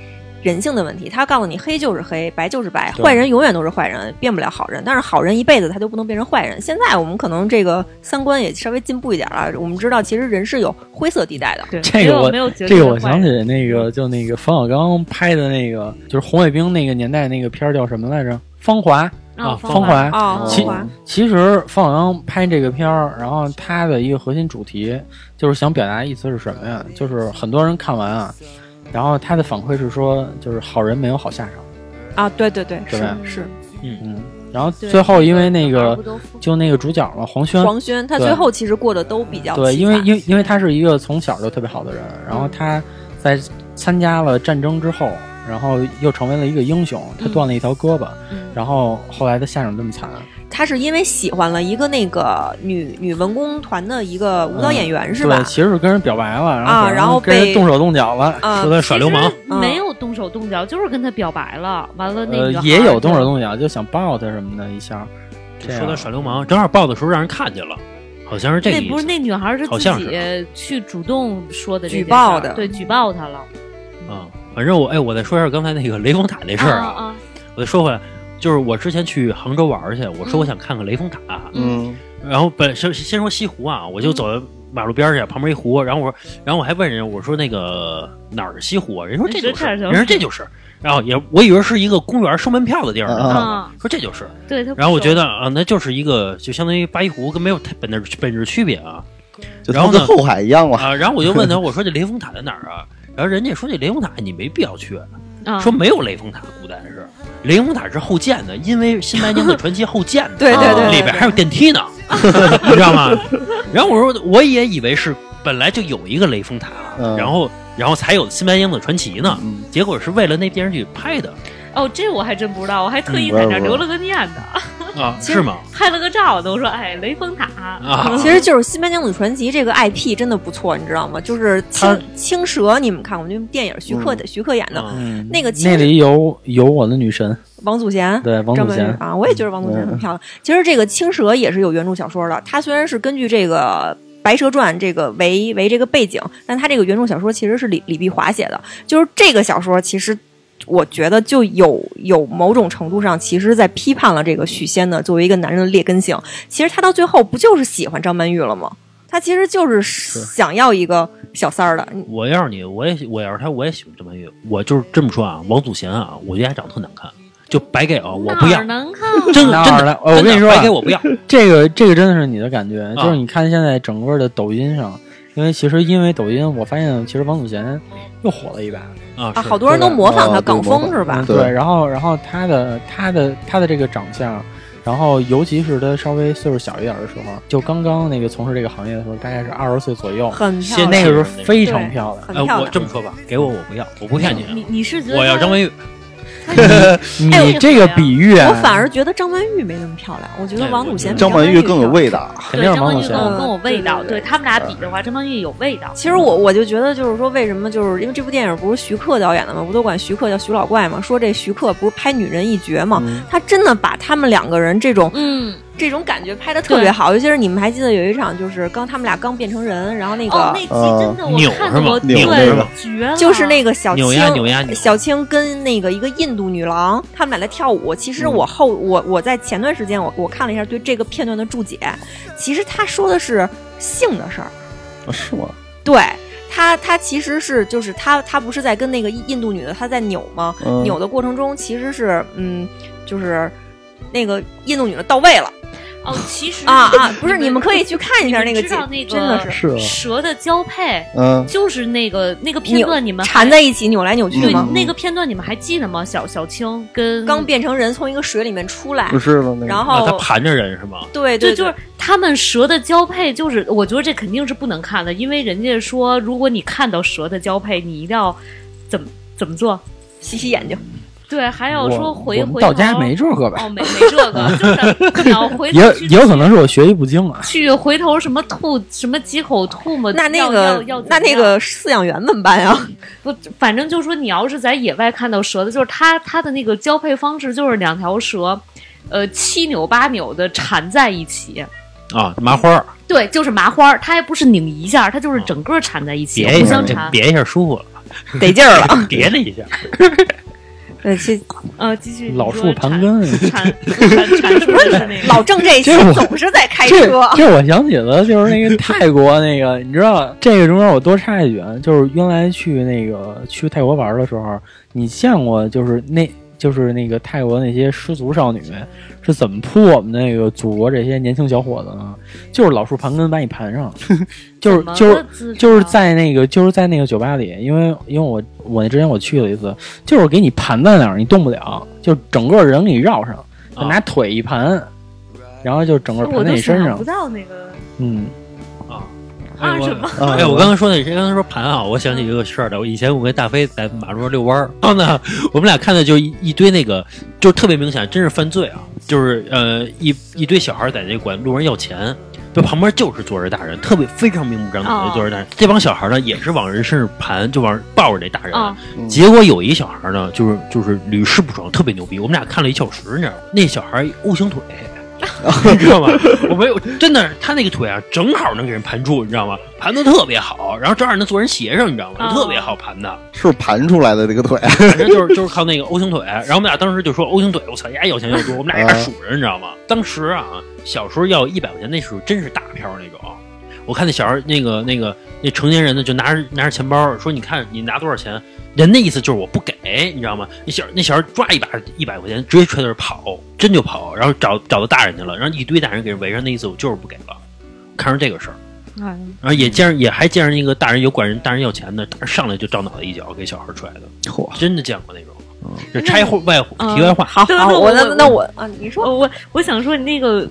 Speaker 4: 人性的问题，他告诉你黑就是黑，白就是白，
Speaker 3: 对
Speaker 4: 坏人永远都是坏人，变不了好人。但是好人一辈子他就不能变成坏人。现在我们可能这个三观也稍微进步一点了，我们知道其实人是有灰色地带的。
Speaker 5: 对，
Speaker 3: 这个
Speaker 5: 没有
Speaker 3: 我
Speaker 5: 没有绝
Speaker 3: 这
Speaker 5: 对
Speaker 3: 个
Speaker 5: 的
Speaker 3: 我想
Speaker 5: 坏
Speaker 3: 起
Speaker 5: 人
Speaker 3: 那个，就那个冯小刚拍的那个，就是红卫兵那个年代那个片儿叫什么来着？芳华。
Speaker 5: 啊，
Speaker 1: 啊
Speaker 5: 芳
Speaker 3: 芳华
Speaker 4: 哦，
Speaker 3: 其
Speaker 4: 花
Speaker 3: 其实冯小刚拍这个片儿，然后他的一个核心主题就是想表达意思是什么呀？就是很多人看完啊，然后他的反馈是说，就是好人没有好下场，
Speaker 4: 啊，对对对，
Speaker 3: 对
Speaker 4: 是
Speaker 3: 吧
Speaker 4: 是。
Speaker 3: 嗯，然后
Speaker 5: 对
Speaker 3: 最后因为那
Speaker 5: 玩
Speaker 3: 个
Speaker 5: 不都疯
Speaker 3: 就那个主角嘛，黄轩，
Speaker 4: 黄轩他
Speaker 3: 对
Speaker 4: 最后其实过得都比较
Speaker 3: 对，
Speaker 4: 凄
Speaker 3: 因为
Speaker 4: 惨
Speaker 3: 因为因为他是一个从小就特别好的人，然后他在参加了战争之后，然后又成为了一个英雄，他
Speaker 5: 嗯
Speaker 3: 断了一条胳膊，
Speaker 5: 嗯
Speaker 3: 然后后来他下场这么惨，
Speaker 4: 他是因为喜欢了一个那个女女文工团的一个舞蹈演员、是吧
Speaker 3: 嗯对，？其实是跟人表白了，然后
Speaker 4: 啊
Speaker 3: 可能
Speaker 4: 然后
Speaker 3: 跟人
Speaker 4: 被
Speaker 3: 动手动脚了。
Speaker 4: 啊
Speaker 1: 说，他耍流氓，，
Speaker 4: 嗯
Speaker 5: 没有动手动脚，就是跟他表白了，完了那
Speaker 3: 呃
Speaker 5: 女，孩
Speaker 3: 也有动手
Speaker 5: 就
Speaker 3: 动脚，就想抱他什么的，一下儿这样
Speaker 1: 说他耍流氓，正好抱的时候让人看见了，好像是这个
Speaker 5: 那
Speaker 1: 意
Speaker 5: 不是
Speaker 1: 思
Speaker 5: 那女孩是
Speaker 1: 好
Speaker 5: 自
Speaker 1: 像
Speaker 5: 己
Speaker 1: 是
Speaker 5: 去主动说的这
Speaker 4: 举
Speaker 5: 件事儿，
Speaker 4: 报的
Speaker 5: 对，举报他了。
Speaker 1: 啊。反正我哎，我再说一下刚才那个雷峰塔那事儿
Speaker 5: 啊
Speaker 1: 啊，
Speaker 5: 啊，
Speaker 1: 我再说回来，就是我之前去杭州玩儿去，我说我
Speaker 5: 嗯
Speaker 1: 想看看雷峰塔，
Speaker 2: 嗯
Speaker 1: 然后本身先说西湖啊，我就走到
Speaker 5: 嗯
Speaker 1: 马路边儿去，旁边一湖，然后我说，然后我还问人，我说那个哪儿是西湖啊？人说这就是，
Speaker 5: 这儿就是
Speaker 1: 人说这就是，然后也我以为是一个公园收门票的地儿呢，
Speaker 5: 啊
Speaker 2: 啊
Speaker 5: 啊，
Speaker 1: 说这就是，
Speaker 5: 对他不熟。
Speaker 1: 然后我觉得
Speaker 5: 嗯
Speaker 1: 啊，那就是一个就相当于八一湖跟没有太本质本质区别啊
Speaker 2: 就
Speaker 1: 然后
Speaker 2: 它跟
Speaker 1: 呢
Speaker 2: 后海一样嘛，
Speaker 1: 啊，然后我就问 他，我说这雷峰塔在哪儿啊？然后人家说这雷峰塔你没必要去，
Speaker 5: 啊
Speaker 1: 说没有雷峰塔，古代是雷峰塔是后建的，因为《新白娘子传奇》后建的，
Speaker 4: 对对对对
Speaker 1: 里边还有电梯呢，你知道吗？然后我说我也以为是本来就有一个雷峰塔，
Speaker 2: 嗯
Speaker 1: 然后然后才有《新白娘子传奇》呢，
Speaker 2: 嗯
Speaker 1: 结果是为了那电视剧拍的
Speaker 5: 哦，这我还真不知道，我还特意
Speaker 2: 嗯
Speaker 5: 在
Speaker 2: 我也
Speaker 5: 那儿
Speaker 2: 不知
Speaker 5: 留
Speaker 2: 道
Speaker 5: 了个念的，
Speaker 1: 啊，
Speaker 4: 其实
Speaker 1: 是吗？
Speaker 5: 拍了个照都说哎，雷峰塔
Speaker 1: 啊
Speaker 4: 其实就是《新白娘子传奇》这个 IP 真的不错，你知道吗？就是青青蛇，你们看过吗？那部电影徐克的、徐克演的，
Speaker 1: 啊
Speaker 3: 嗯，
Speaker 4: 那个其
Speaker 3: 那
Speaker 4: 实
Speaker 3: 里有有我的女神，
Speaker 4: 王祖贤。
Speaker 3: 对，王
Speaker 4: 张
Speaker 3: 祖
Speaker 4: 曼玉
Speaker 3: 贤，
Speaker 4: 啊，我也觉得王祖贤
Speaker 2: 嗯
Speaker 4: 很漂亮。其实这个青蛇也是有原著小说的，它虽然是根据这个《白蛇传》这个为为这个背景，但它这个原著小说其实是李李碧华写的。就是这个小说，其实我觉得就有有某种程度上，其实在批判了这个许仙呢作为一个男人的劣根性。其实他到最后不就是喜欢张曼玉了吗？他其实就是想要一个小三儿的。嗯你
Speaker 1: 我要是你，我也我要是他，我也喜欢张曼玉。我就是这么说啊，王祖贤啊，我觉得他长得特难看，就白给啊，我不
Speaker 5: 哪
Speaker 1: 要
Speaker 5: 儿，难看啊？
Speaker 1: 真的
Speaker 3: 哪
Speaker 1: 真
Speaker 3: 儿
Speaker 1: 的，
Speaker 3: 来？哦我
Speaker 1: 真的
Speaker 3: 跟你说啊，
Speaker 1: 白给我不要，
Speaker 3: 这个这个真的是你的感觉，
Speaker 1: 啊
Speaker 3: 就是你看现在整个的抖音上，因为其实因为抖音，我发现其实王祖贤又火了一把，
Speaker 1: 啊，
Speaker 4: 啊，
Speaker 1: 是
Speaker 4: 好多人都模仿
Speaker 2: 对吧
Speaker 4: 他港
Speaker 2: 啊
Speaker 4: 风
Speaker 2: 对
Speaker 4: 是吧
Speaker 3: 嗯？
Speaker 2: 对
Speaker 3: 对，然后然后他的他的他的这个长相，然后尤其是他稍微岁数小一点的时候，就刚刚那个从事这个行业的时候，大概是二十岁左右，
Speaker 4: 很漂
Speaker 1: 先
Speaker 4: 亮，
Speaker 3: 那个时候非常漂亮。
Speaker 4: 很
Speaker 1: 哎，
Speaker 4: 漂
Speaker 1: 我
Speaker 4: 亮。
Speaker 1: 这么说吧，给我我不要，我不骗你啊，
Speaker 5: 你你是觉得
Speaker 1: 我要张曼玉。
Speaker 5: 他是哎
Speaker 3: 你这个比喻，
Speaker 4: 我反而觉得张曼玉没那么漂亮，我觉得
Speaker 1: 对
Speaker 4: 王
Speaker 1: 我
Speaker 4: 祖贤比
Speaker 2: 张曼
Speaker 4: 玉
Speaker 2: 玉更有
Speaker 4: 漂亮。
Speaker 2: 味道，
Speaker 3: 肯
Speaker 5: 对
Speaker 3: 定
Speaker 5: 张
Speaker 3: 是王
Speaker 5: 曼
Speaker 3: 祖
Speaker 5: 玉
Speaker 3: 贤
Speaker 5: 更。有更有味道，
Speaker 4: 对对对
Speaker 5: 对他们俩比的话，张曼玉有味道。
Speaker 4: 其实我我就觉得，就是说，为什么就是因为这部电影不是徐克导演的吗？不都管徐克叫徐老怪吗？说这徐克不是拍《女人一绝》吗？
Speaker 2: 嗯
Speaker 4: 他真的把他们两个人这种
Speaker 5: 嗯，
Speaker 4: 这种感觉拍的特别好。尤其是你们还记得有一场，就是刚他们俩刚变成人，然后那个、
Speaker 5: 哦，那集真的
Speaker 1: 扭
Speaker 5: 我看
Speaker 1: 是吗
Speaker 5: 过，
Speaker 2: 扭
Speaker 5: 对
Speaker 2: 那个
Speaker 5: 绝了，
Speaker 4: 就是那个小
Speaker 1: 扭
Speaker 4: 青
Speaker 1: 呀扭呀扭
Speaker 4: 小青跟那个一个印度女郎，他们俩在跳舞。其实我
Speaker 2: 嗯
Speaker 4: 后我我在前段时间我我看了一下对这个片段的注解，其实他说的是性的事儿，
Speaker 2: 啊是吗？
Speaker 4: 对。他他其实是就是他他不是在跟那个印度女的他在扭吗？
Speaker 2: 嗯
Speaker 4: 扭的过程中其实是嗯就是那个印度女的到位了
Speaker 5: 哦，其实
Speaker 4: 啊啊！不是你们可以
Speaker 5: 去。
Speaker 4: 去看一下那个 节嗯
Speaker 5: 你们知道那个
Speaker 4: 真的是
Speaker 2: 是啊
Speaker 5: 蛇的交配，
Speaker 2: 嗯，
Speaker 5: 就是那个那个片
Speaker 4: 扭
Speaker 5: 段，你们还
Speaker 4: 缠在一起扭来扭去
Speaker 5: 对
Speaker 4: 吗？
Speaker 5: 那个片段你们还记得吗？小小青跟
Speaker 4: 刚变成人从一个水里面出来
Speaker 2: 不，是了那个。
Speaker 4: 然
Speaker 1: 啊，他
Speaker 4: 后
Speaker 1: 盘着人是吗？
Speaker 4: 对
Speaker 5: 就
Speaker 4: 对
Speaker 5: 就是他们蛇的交配，就是我觉得这肯定是不能看的，因为人家说如果你看到蛇的交配，你一定要怎么怎么做？
Speaker 4: 洗洗眼睛。
Speaker 5: 对，还要说回
Speaker 3: 我们
Speaker 5: 回
Speaker 3: 到
Speaker 5: 头
Speaker 3: 家没这个呗，
Speaker 5: 哦没没这个，就是 你要回
Speaker 3: 也
Speaker 5: 头去
Speaker 3: 也有可能是我学习不精啊。
Speaker 5: 去回头什么吐什么几口吐沫，
Speaker 4: 那那
Speaker 5: 呃要
Speaker 4: 个
Speaker 5: 要要
Speaker 4: 那
Speaker 5: 怎么
Speaker 4: 那
Speaker 5: 样
Speaker 4: 个饲养员怎么办呀？
Speaker 5: 不，反正就说你要是在野外看到蛇的，就是它它的那个交配方式就是两条蛇，呃七扭八扭的缠在一起。
Speaker 1: 啊，麻花儿
Speaker 5: 对，就是麻花儿，它还不是拧一下，它就是整个缠在一起，
Speaker 1: 别一
Speaker 5: 互
Speaker 1: 下，
Speaker 5: 相
Speaker 1: 这
Speaker 5: 缠。
Speaker 1: 别一下舒服了，
Speaker 4: 得劲 儿了。
Speaker 1: 别了一下，
Speaker 4: 啊呃，其
Speaker 5: 呃，继续
Speaker 3: 老树盘，根，
Speaker 5: 你说缠缠缠缠住的那个。
Speaker 4: 老郑这一期
Speaker 3: 这我
Speaker 4: 总是在开
Speaker 3: 这
Speaker 4: 车，
Speaker 3: 这我想起了，就是那个泰国那 个，你知道这个中间我多插一句，啊，就是原来去那个去泰国玩的时候，你见过就是那就是那个泰国那些失足少女是怎么扑我们那个祖国这些年轻小伙子呢？就是老树盘根把你盘 上，就是就是
Speaker 5: 是
Speaker 3: 就是在那个就是在那个酒吧里，因为因为我我之前我去了一次，就是给你盘在那儿，你动不了，就整个人给你绕上，就
Speaker 1: 啊
Speaker 3: 拿腿一盘，然后就整个
Speaker 5: 我
Speaker 3: 盘在
Speaker 5: 都
Speaker 3: 你身
Speaker 5: 想不
Speaker 3: 上，
Speaker 5: 到那个
Speaker 3: 嗯，
Speaker 5: 啊什么。
Speaker 2: 啊
Speaker 1: 哎，我刚才说那谁刚才说盘啊，我想起一个事儿来。我以前我跟大飞在马路上遛弯儿， 然后呢，我们俩看的就一一堆那个，就特别明显，真是犯罪啊！就是呃，一一堆小孩儿在那管路人要钱，就旁边就是坐着大人，特别非常明目张胆
Speaker 5: 哦
Speaker 1: 的坐着大人。这帮小孩儿呢，也是往人身上盘，就往人抱着那大人。
Speaker 5: 啊，
Speaker 2: 嗯
Speaker 1: 结果有一小孩儿呢，就是就是屡试不爽，特别牛逼。我们俩看了一小时，你知道吗？那小孩儿 O 型腿，你知道吗？我没有，真的，他那个腿啊，正好能给人盘住，你知道吗？盘的特别好，然后正好能坐人鞋上，你知道吗？
Speaker 5: 哦
Speaker 1: 特别好盘的，
Speaker 2: 是盘出来的这个腿，啊
Speaker 1: 反正就是就是靠那个 O 型腿。然后我们俩当时就说 O 型腿，我操，丫有钱又多，我们俩
Speaker 2: 啊
Speaker 1: 丫数着，你知道吗？当时啊，小时候要一百块钱，那时候真是大票那种。我看那小孩儿那个那个那成年人呢，就拿着拿着钱包说：“你看你拿多少钱？”人的意思就是我不给，你知道吗？那小那小孩抓一把一百块钱，直接揣那儿跑，真就跑，然后找找到大人去了，然后一堆大人给人围上，那意思我就是不给了。看上这个事儿，
Speaker 5: 哎
Speaker 1: 然后也见着也还见着那个大人有管人大人要钱的，大人上来就照脑袋一脚给小孩踹的，
Speaker 2: 嚯，
Speaker 1: 真的见过那种。这拆户外户
Speaker 5: 嗯
Speaker 1: 题外话，
Speaker 4: 好
Speaker 5: 对
Speaker 4: 好，
Speaker 5: 那
Speaker 4: 我
Speaker 5: 我
Speaker 4: 那
Speaker 5: 我
Speaker 4: 那我啊，你说
Speaker 5: 我我我想说你那个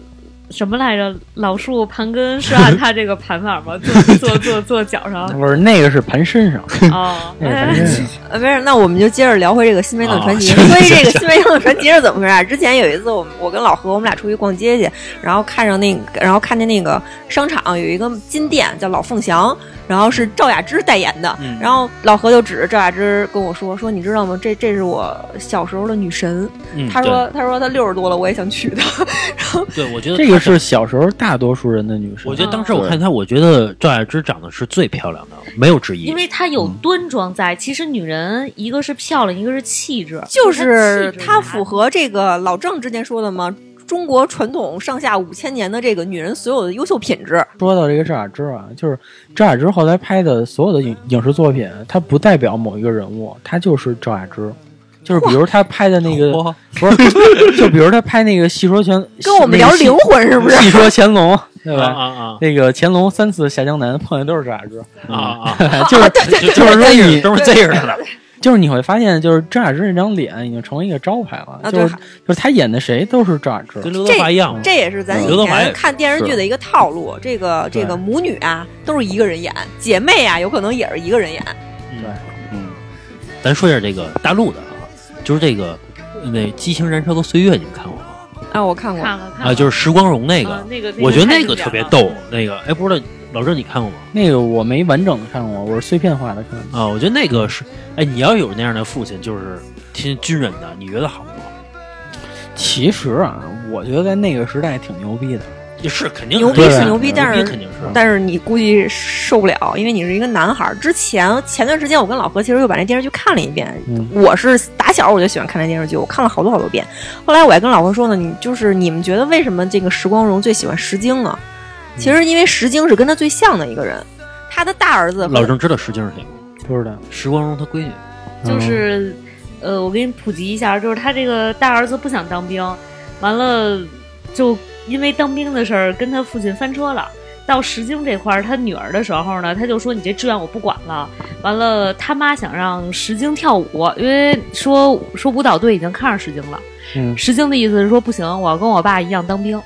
Speaker 5: 什么来着？老树盘根是按他这个盘法吗？坐坐坐坐脚上啊
Speaker 3: 不是那个是盘身上，
Speaker 5: 哦，
Speaker 3: 那个盘身上，
Speaker 4: 呃，没事，那我们就接着聊回这个《新梅等传奇》
Speaker 1: 啊
Speaker 4: 所以这个《新梅等传奇》是怎么回事啊？之前有一次，我们我跟老何，我们俩出去逛街去，然后看上那个，然后看见那个商场有一个金店叫老凤祥，然后是赵雅芝代言的，
Speaker 1: 嗯
Speaker 4: 然后老何就指着赵雅芝跟我说：“说你知道吗？这这是我小时候的女神。
Speaker 1: 嗯
Speaker 4: 他说：“他说他六十多了，我也想娶她。
Speaker 1: 对，对我觉得
Speaker 3: 这个
Speaker 1: 他
Speaker 3: 是小时候大多数人的女生
Speaker 1: 我觉，得当时我看他，我觉得赵雅芝长得是最漂亮的，没有之一。
Speaker 5: 因为她有
Speaker 1: 嗯
Speaker 5: 端庄在。其实女人一个是漂亮，一个是气质”，
Speaker 4: 就是
Speaker 5: 她
Speaker 4: 她符合这个老郑之前说的吗？中国传统上下五千年的这个女人所有的优秀品质，
Speaker 3: 说到这个赵雅芝啊，就是赵雅芝后来拍的所有的影影视作品，它不代表某一个人物，她就是赵雅芝。就是比如她拍的那个，不是，就比如她拍那个《戏说乾》，
Speaker 4: 跟我们聊灵魂是不是？
Speaker 3: 戏说乾隆，对
Speaker 1: 啊
Speaker 3: 吧？
Speaker 1: 啊
Speaker 3: 那个乾隆三次下江南碰见都是赵雅芝，
Speaker 1: 啊啊啊！
Speaker 3: 就是
Speaker 1: 就
Speaker 3: 就是说你
Speaker 1: 都是这样的，
Speaker 3: 就是你会发现，就是赵雅芝那张脸已经成为一个招牌了，
Speaker 4: 啊
Speaker 3: 就
Speaker 4: 对
Speaker 3: 是就是她演的谁都是赵雅芝，
Speaker 1: 跟刘德华一样。
Speaker 4: 这也是咱
Speaker 1: 刘
Speaker 4: 以
Speaker 1: 德华也
Speaker 4: 前
Speaker 1: 是
Speaker 4: 看电视剧的一个套路。这个
Speaker 3: 对
Speaker 4: 这个母女啊，都是一个人演；姐妹啊，有可能也是一个人演。
Speaker 2: 嗯，
Speaker 1: 咱说一下这个大陆的啊，就是这个那《激情燃烧的岁月》，你们看过吗？
Speaker 4: 啊，我看过，
Speaker 5: 看了看了
Speaker 1: 啊，就是石光荣那个
Speaker 5: 啊，那个，
Speaker 1: 我觉得那
Speaker 5: 太
Speaker 1: 个
Speaker 5: 经典
Speaker 1: 特别
Speaker 5: 了。
Speaker 1: 逗。那个，哎，不知道老郑你看过吗？
Speaker 3: 那个我没完整的看过，我是碎片化的看。
Speaker 1: 啊，我觉得那个是，哎，你要有那样的父亲，就是听军人的，你觉得好吗？
Speaker 3: 其实啊，我觉得在那个时代挺牛逼的。
Speaker 1: 是肯定
Speaker 4: 牛逼
Speaker 3: 对
Speaker 4: 是牛逼，但是
Speaker 1: 肯定是。
Speaker 4: 但是你估计受不了，因为你是一个男孩儿。之前前段时间我跟老何其实又把那电视剧看了一遍，
Speaker 3: 嗯
Speaker 4: 我是打小我就喜欢看那电视剧，我看了好多好多遍。后来我还跟老何说呢，你就是你们觉得为什么这个石光荣最喜欢石晶呢？其
Speaker 1: 嗯
Speaker 4: 实因为石晶是跟他最像的一个人，他的大儿子和
Speaker 1: 老郑知道石晶是谁吗？
Speaker 3: 不知道，
Speaker 1: 石光荣他闺女，
Speaker 5: 就是，
Speaker 1: 嗯
Speaker 5: 呃，我给你普及一下，就是他这个大儿子不想当兵，完了就因为当兵的事儿跟他父亲翻车了。到石京这块儿，他女儿的时候呢，他就说：“你这志愿我不管了。”完了，他妈想让石京跳舞，因为说说舞蹈队已经看上石京了。
Speaker 3: 嗯
Speaker 5: 石京的意思是说：“不行，我要跟我爸一样当兵。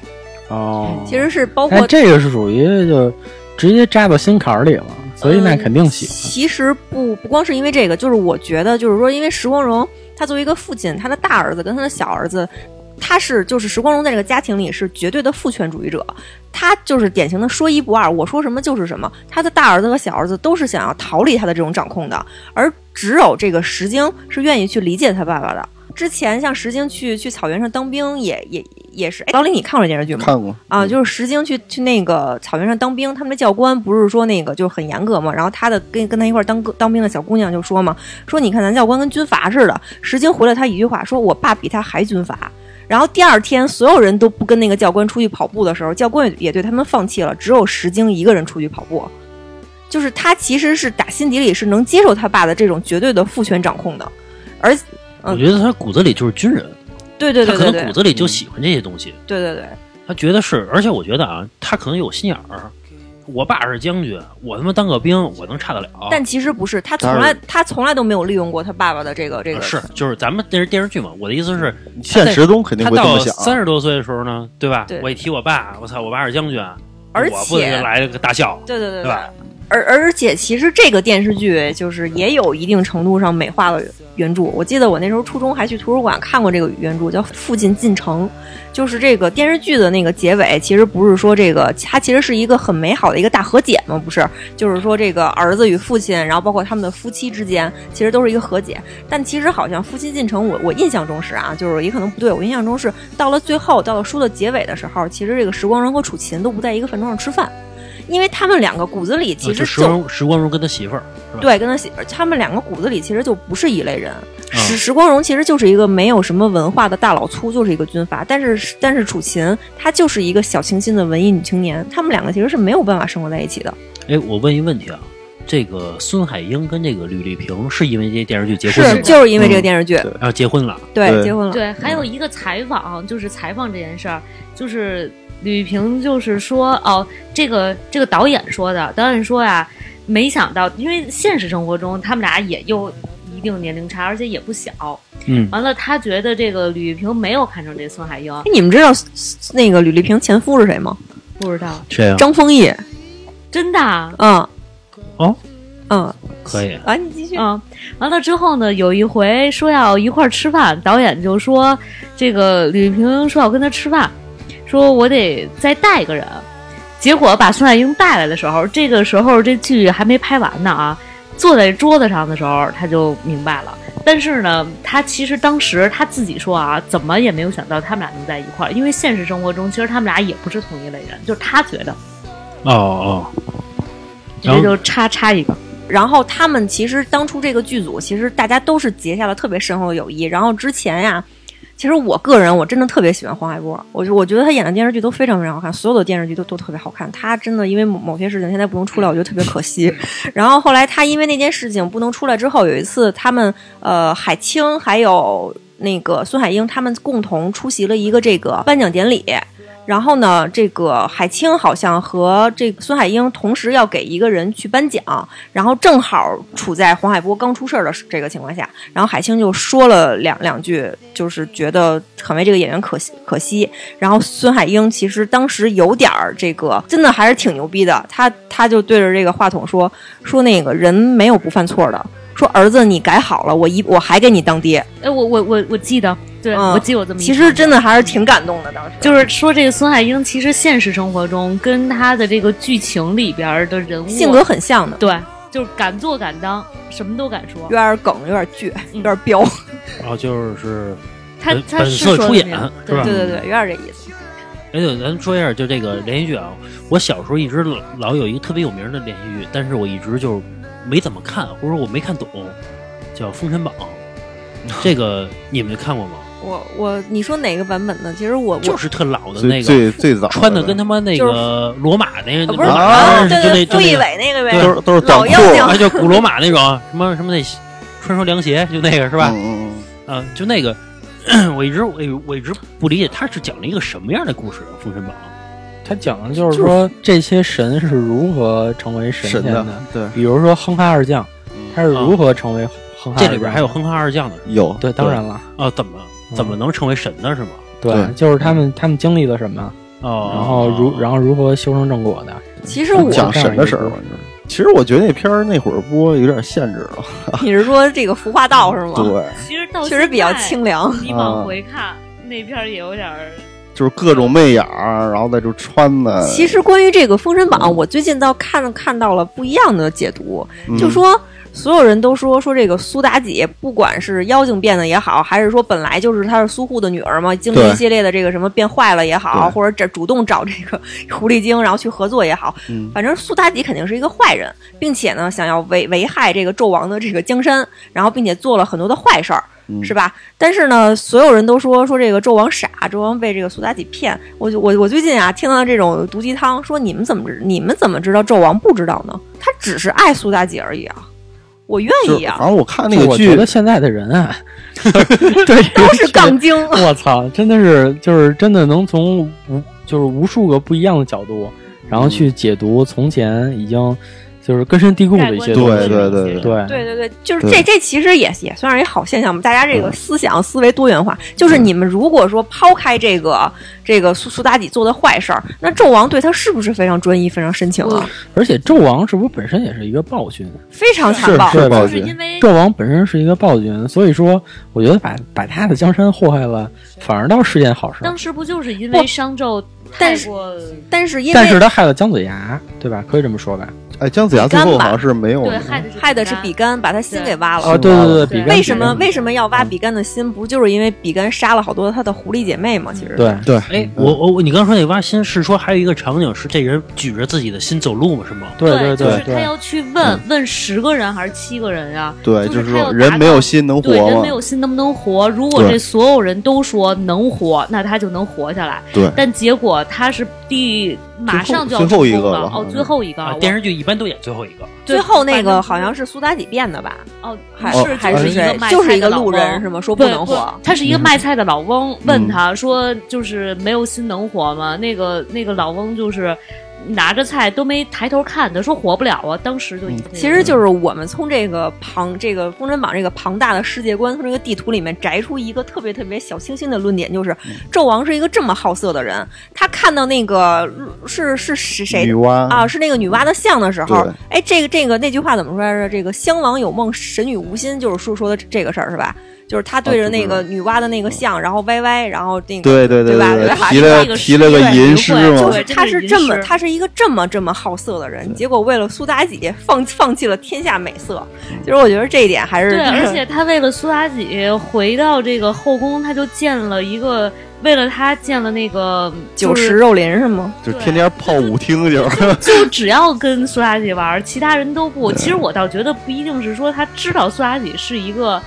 Speaker 3: 哦，
Speaker 4: 其实是包
Speaker 3: 哎
Speaker 4: 括，
Speaker 3: 这个是属于就直接扎到心坎儿里了，所以那
Speaker 4: 嗯
Speaker 3: 肯定喜欢。
Speaker 4: 其实不不光是因为这个，就是我觉得，就是说，因为石光荣他作为一个父亲，他的大儿子跟他的小儿子，他是就是石光荣在这个家庭里是绝对的父权主义者，他就是典型的说一不二，我说什么就是什么。他的大儿子和小儿子都是想要逃离他的这种掌控的，而只有这个石晶是愿意去理解他爸爸的。之前像石晶去去草原上当兵也，也也是。哎，老李，你看过这电视剧吗？
Speaker 2: 看过
Speaker 4: 啊，
Speaker 1: 嗯
Speaker 4: 就是石晶去去那个草原上当兵，他们的教官不是说那个就是很严格嘛，然后他的跟跟他一块儿当个当兵的小姑娘就说嘛，说你看咱教官跟军阀似的。石晶回了他一句话，说我爸比他还军阀。然后第二天，所有人都不跟那个教官出去跑步的时候，教官也也对他们放弃了，只有石晶一个人出去跑步。就是他其实是打心底里是能接受他爸的这种绝对的父权掌控的，而嗯
Speaker 1: 我觉得他骨子里就是军人，
Speaker 4: 对对对
Speaker 1: 他
Speaker 4: 对
Speaker 1: 可
Speaker 4: 对嗯
Speaker 1: 能骨子里啊就喜欢这些东西。
Speaker 4: 对对对，
Speaker 1: 他觉得是，而且我觉得啊，他可能有心眼儿。我爸是将军，我他妈当个兵，我能差得了？
Speaker 4: 但其实不是，他从
Speaker 2: 当
Speaker 4: 来
Speaker 2: 然
Speaker 4: 他从来都没有利用过他爸爸的这个这个
Speaker 1: 啊是就是咱们那是电视剧嘛。我的意思是，
Speaker 2: 嗯现实中肯定
Speaker 1: 他
Speaker 2: 会这
Speaker 1: 到
Speaker 2: 么想。啊
Speaker 1: 三十多岁的时候呢，对吧？
Speaker 4: 对
Speaker 1: 我一提我爸，我操，我爸是将军，
Speaker 4: 而
Speaker 1: 我不
Speaker 4: 且
Speaker 1: 得来个大笑，
Speaker 4: 对对对
Speaker 1: 对吧？啊
Speaker 4: 而而且其实这个电视剧就是也有一定程度上美化了原著。我记得我那时候初中还去图书馆看过这个原著，叫《父亲进城》，就是这个电视剧的那个结尾，其实不是说这个，它其实是一个很美好的一个大和解嘛，不是？就是说这个儿子与父亲，然后包括他们的夫妻之间，其实都是一个和解。但其实好像《夫妻进城》我，我印象中是啊，就是也可能不对，我印象中是到了最后，到了书的结尾的时候，其实这个石光荣和楚琴都不在一个饭桌上吃饭。因为他们两个骨子里其
Speaker 1: 呃
Speaker 4: 实
Speaker 1: 就
Speaker 4: 就
Speaker 1: 时光时光荣跟他媳妇儿，
Speaker 4: 对，跟他媳他们两个骨子里其实就不是一类人。
Speaker 1: 嗯
Speaker 4: 石、石光荣其实就是一个没有什么文化的大老粗，就是一个军阀。但是但是楚琴她就是一个小清新的文艺女青年，他们两个其实是没有办法生活在一起的。
Speaker 1: 哎，我问一问题啊，这个孙海英跟这个吕丽萍是因为这电视剧结婚的
Speaker 4: 是
Speaker 1: 吗？
Speaker 4: 就是因为这个电视剧，
Speaker 2: 对
Speaker 1: 然后结婚了，
Speaker 4: 对
Speaker 2: 对
Speaker 4: 结婚了。
Speaker 5: 对，还有一个采访，就是采访这件事儿，就是吕萍就是说，哦，这个这个导演说的，导演说呀，没想到，因为现实生活中他们俩也有一定年龄差，而且也不小。
Speaker 3: 嗯，
Speaker 5: 完了，他觉得这个吕萍没有看上这孙海英，
Speaker 4: 哎，你们知道那个吕丽萍前夫是谁吗？
Speaker 5: 不知道，
Speaker 1: 谁
Speaker 2: 啊
Speaker 1: 呀？
Speaker 4: 张丰毅。
Speaker 5: 真的啊。
Speaker 4: 嗯。
Speaker 1: 哦。
Speaker 4: 嗯，
Speaker 1: 可以，
Speaker 4: 啊，你继续。
Speaker 5: 嗯，完了之后呢，有一回说要一块儿吃饭，导演就说这个吕萍说要跟他吃饭，说我得再带一个人。结果把孙海英带来的时候，这个时候这剧还没拍完呢啊，坐在桌子上的时候他就明白了。但是呢，他其实当时他自己说啊，怎么也没有想到他们俩能在一块儿，因为现实生活中其实他们俩也不是同一类人，就是他觉得，
Speaker 1: 哦哦，然
Speaker 5: 这
Speaker 1: 后
Speaker 5: 就插插一个。
Speaker 4: 然后他们其实当初这个剧组，其实大家都是结下了特别深厚的友谊。然后之前呀，其实我个人我真的特别喜欢黄海波，我就我觉得他演的电视剧都非常非常好看，所有的电视剧都都特别好看。他真的因为某某些事情现在不能出来，我觉得特别可惜。然后后来他因为那件事情不能出来之后，有一次他们呃海清还有那个孙海英他们共同出席了一个这个颁奖典礼。然后呢，这个海清好像和这个孙海英同时要给一个人去颁奖，然后正好处在黄海波刚出事儿的时这个情况下，然后海清就说了两两句，就是觉得很为这个演员可惜可惜。然后孙海英其实当时有点儿这个，真的还是挺牛逼的。他他就对着这个话筒说说那个人没有不犯错的，说儿子你改好了，我一我还给你当爹。
Speaker 5: 哎，我我我我记得，对、
Speaker 4: 嗯
Speaker 5: 我记得我这么一
Speaker 4: 其
Speaker 5: 场
Speaker 4: 实真的还是挺感动的，当时
Speaker 5: 就是说，这个孙海英其实现实生活中跟他的这个剧情里边儿的人物
Speaker 4: 性格很像的，
Speaker 5: 对，就是敢做敢当，什么都敢说
Speaker 4: 有。点梗，有点倔，有
Speaker 5: 嗯
Speaker 4: 点彪。
Speaker 1: 哦然后就是
Speaker 5: 他
Speaker 1: 本
Speaker 5: 他
Speaker 1: 本
Speaker 5: 是
Speaker 1: 色
Speaker 5: 说的
Speaker 1: 出
Speaker 5: 那
Speaker 1: 演
Speaker 5: 样
Speaker 1: 是吧
Speaker 4: 对对对，有点这意思。
Speaker 1: 嗯哎，对，咱说一下，就这个连续剧啊，我小时候一直老老有一个特别有名的连续剧，但是我一直就没怎么看，或者说我没看懂，叫《封神 榜》。这个你们看过 吗？
Speaker 4: 我我你说哪个版本呢？其实我我
Speaker 1: 就是特老的
Speaker 2: 最、
Speaker 1: 那个，
Speaker 2: 最最早的
Speaker 1: 穿的跟他妈那
Speaker 4: 就
Speaker 1: 个罗马那个
Speaker 4: 啊不是
Speaker 1: 罗
Speaker 2: 啊
Speaker 1: 马，就
Speaker 4: 对
Speaker 1: 那
Speaker 4: 对对，
Speaker 1: 就
Speaker 4: 傅
Speaker 1: 那
Speaker 4: 艺
Speaker 1: 个，
Speaker 4: 伟那个呗，
Speaker 2: 都是都是短
Speaker 4: 老
Speaker 2: 裤
Speaker 4: 妖精
Speaker 1: 啊，就古罗马那种什么什么那穿双凉鞋，就那个是吧？
Speaker 2: 嗯嗯
Speaker 1: 啊，就那个，我一直我一我一直不理解，他是讲了一个什么样的故事啊？《封神榜》
Speaker 3: 他讲的就是说这些神是如何成为
Speaker 2: 嗯，
Speaker 3: 神
Speaker 2: 神
Speaker 3: 仙
Speaker 2: 的对，
Speaker 3: 比如说亨哈二将，他
Speaker 2: 嗯
Speaker 3: 是如何成为亨哈二将的？
Speaker 1: 这里边还有哼哈二将呢，
Speaker 2: 有
Speaker 3: 对，当然了，
Speaker 1: 啊，怎么怎么能成为神呢？是吗？
Speaker 3: 对，
Speaker 2: 对啊
Speaker 3: 就是他们他们经历了什么，
Speaker 1: 哦，
Speaker 3: 然后如然后如何修成正果的。
Speaker 4: 其实
Speaker 2: 对
Speaker 4: 我
Speaker 2: 讲神的事儿嘛。就是其实我觉得那片儿那会儿播有点限制了，
Speaker 4: 你是说这个服化道是吗？
Speaker 2: 对，
Speaker 5: 其实到
Speaker 4: 确实比较
Speaker 5: 现在
Speaker 4: 清凉。
Speaker 5: 你
Speaker 3: 嗯
Speaker 5: 往回看那片儿也有点儿，
Speaker 2: 就是各种媚眼儿，然后再就穿的，
Speaker 4: 其实关于这个《封神榜》，我最近倒看看到了不一样的解读，
Speaker 2: 嗯
Speaker 4: 就说所有人都说说这个苏妲己，不管是妖精变的也好，还是说本来就是她是苏护的女儿嘛，经历
Speaker 2: 对
Speaker 4: 一系列的这个什么变坏了也好，
Speaker 2: 对
Speaker 4: 或者这主动找这个 狐狸精然后去合作也好，
Speaker 2: 嗯
Speaker 4: 反正苏妲己肯定是一个坏人，并且呢想要危危害这个纣王的这个江山，然后并且做了很多的坏事儿。
Speaker 2: 嗯
Speaker 4: 是吧？但是呢，所有人都说说这个纣王傻，纣王被这个苏妲己骗。我就我我最近啊，听到这种毒鸡汤，说你们怎么知你们怎么知道纣王不知道呢？他只是爱苏妲己而已啊，我愿
Speaker 2: 就
Speaker 4: 意
Speaker 2: 是
Speaker 4: 啊，
Speaker 2: 反正我看那
Speaker 3: 就
Speaker 2: 个
Speaker 3: 我
Speaker 2: 剧
Speaker 3: 觉得，现在的 人啊，对，
Speaker 4: 都是杠。精。
Speaker 3: 我操，真的是就是真的能从无就是无数个不一样的角度，然后去解读从前已经就是根深蒂固的一些
Speaker 5: 盖
Speaker 3: 东
Speaker 5: 棺
Speaker 3: 西。
Speaker 5: 定论
Speaker 2: 对对
Speaker 5: 一些
Speaker 2: 对
Speaker 3: 对
Speaker 4: 对对对，就是
Speaker 2: 对
Speaker 4: 这这其实也也算是一好现象吧。大家这个思想思维多元化，就是你们如果说抛开这个这个苏苏妲己做的坏事儿，那纣王对他是不是非常专一、非常深情啊？
Speaker 3: 而且纣王是不是本身也是一个暴君？
Speaker 4: 非常残暴。
Speaker 2: 是暴
Speaker 5: 就是
Speaker 2: 君
Speaker 5: 因为
Speaker 3: 纣王本身是一个暴君，所以说我觉得把把他的江山祸害了，反而倒是件好事。
Speaker 5: 当时不就是因为商纣太
Speaker 4: 但是
Speaker 5: 过
Speaker 4: 但是因为
Speaker 3: 但是他害了姜子牙，对吧？可以这么说吧？
Speaker 2: 哎，姜子牙最后好像是没有
Speaker 5: 对害的
Speaker 4: 害的是比干，把他心给挖了。
Speaker 3: 啊，对对对，比
Speaker 5: 对
Speaker 3: 干
Speaker 4: 为什么为
Speaker 3: 什
Speaker 4: 什么要挖比干的心？不就是因为比干杀了好多他的狐狸姐妹吗？其实
Speaker 3: 对
Speaker 2: 对，
Speaker 1: 哎，我我我你刚说那挖心是说还有一个场景是这人举着自己的心走路嘛，是吗？
Speaker 3: 对对
Speaker 5: 就是他
Speaker 3: 对嗯
Speaker 5: 要去问问十个人还是七个人呀？
Speaker 2: 对，
Speaker 5: 就是是他
Speaker 2: 说
Speaker 5: 要
Speaker 2: 人
Speaker 5: 达
Speaker 2: 没有
Speaker 5: 到
Speaker 2: 心能活
Speaker 5: 对，人
Speaker 2: 吗
Speaker 5: 没？有心能不能活？如果
Speaker 2: 对
Speaker 5: 这所有人都说能活，那他就能活下来。
Speaker 2: 对
Speaker 5: 但结果他是第马上就
Speaker 2: 最
Speaker 5: 要
Speaker 2: 后
Speaker 5: 成功
Speaker 2: 最后一个了
Speaker 5: 哦，最后一个
Speaker 1: 啊
Speaker 5: 了，
Speaker 1: 电视剧一般都演最后一个。
Speaker 5: 对
Speaker 4: 最后那
Speaker 5: 反
Speaker 4: 个
Speaker 5: 正
Speaker 4: 好像是苏妲己变的吧？
Speaker 5: 哦，
Speaker 4: 还
Speaker 5: 是
Speaker 4: 还
Speaker 5: 就是是一个
Speaker 4: 谁
Speaker 5: 卖？
Speaker 4: 就是
Speaker 5: 菜
Speaker 4: 一个
Speaker 5: 的老
Speaker 4: 路人
Speaker 5: 翁
Speaker 4: 是吗？说不
Speaker 5: 对嗯
Speaker 4: 能活。
Speaker 5: 他是一个卖菜的老翁，问
Speaker 2: 嗯
Speaker 5: 他说：“就是没有心能活吗？”那个那个老翁就是拿着菜都没抬头看他，说活不了啊。当时就已
Speaker 2: 嗯
Speaker 5: 经
Speaker 4: 其实就是我们从这个庞这个《封神榜》这个庞大的世界观，从这个地图里面摘出一个特别特别小清新的论点，就是
Speaker 5: 嗯
Speaker 4: 纣王是一个这么好色的人，他看到那个是是是谁
Speaker 2: 女娲
Speaker 4: 啊，是那个女娲的像的时候
Speaker 2: 对，
Speaker 4: 哎，这个这个那句话怎么说来着？这个襄王有梦，神女无心，就是说说的这个事儿是吧？就是他对着那个女娲的那个像，然后歪歪，然后那个
Speaker 2: 对对
Speaker 4: 对吧
Speaker 2: 对
Speaker 4: 对吧
Speaker 2: 提
Speaker 5: 这
Speaker 2: 了
Speaker 5: 个
Speaker 2: 提
Speaker 5: 是
Speaker 2: 了个
Speaker 5: 对
Speaker 2: 吟
Speaker 5: 对
Speaker 2: 诗
Speaker 5: 对
Speaker 2: 嘛
Speaker 5: 就，
Speaker 4: 就是他是
Speaker 5: 这
Speaker 4: 这
Speaker 5: 个
Speaker 4: 么，
Speaker 5: 吟诗
Speaker 4: 他是一个这么这么好色的人，结果为了苏妲己放放弃了天下美色。其实我觉得这一点还是
Speaker 5: 对，而且他为了苏妲己回到这个后宫，他就建了一个，为了他建了那个
Speaker 4: 酒
Speaker 5: 就是
Speaker 4: 池肉林是吗？
Speaker 2: 就天天泡舞厅就是。
Speaker 5: 就只要跟苏妲己玩儿，其他人都不。其实我倒觉得不一定是说他知道苏妲己是一个。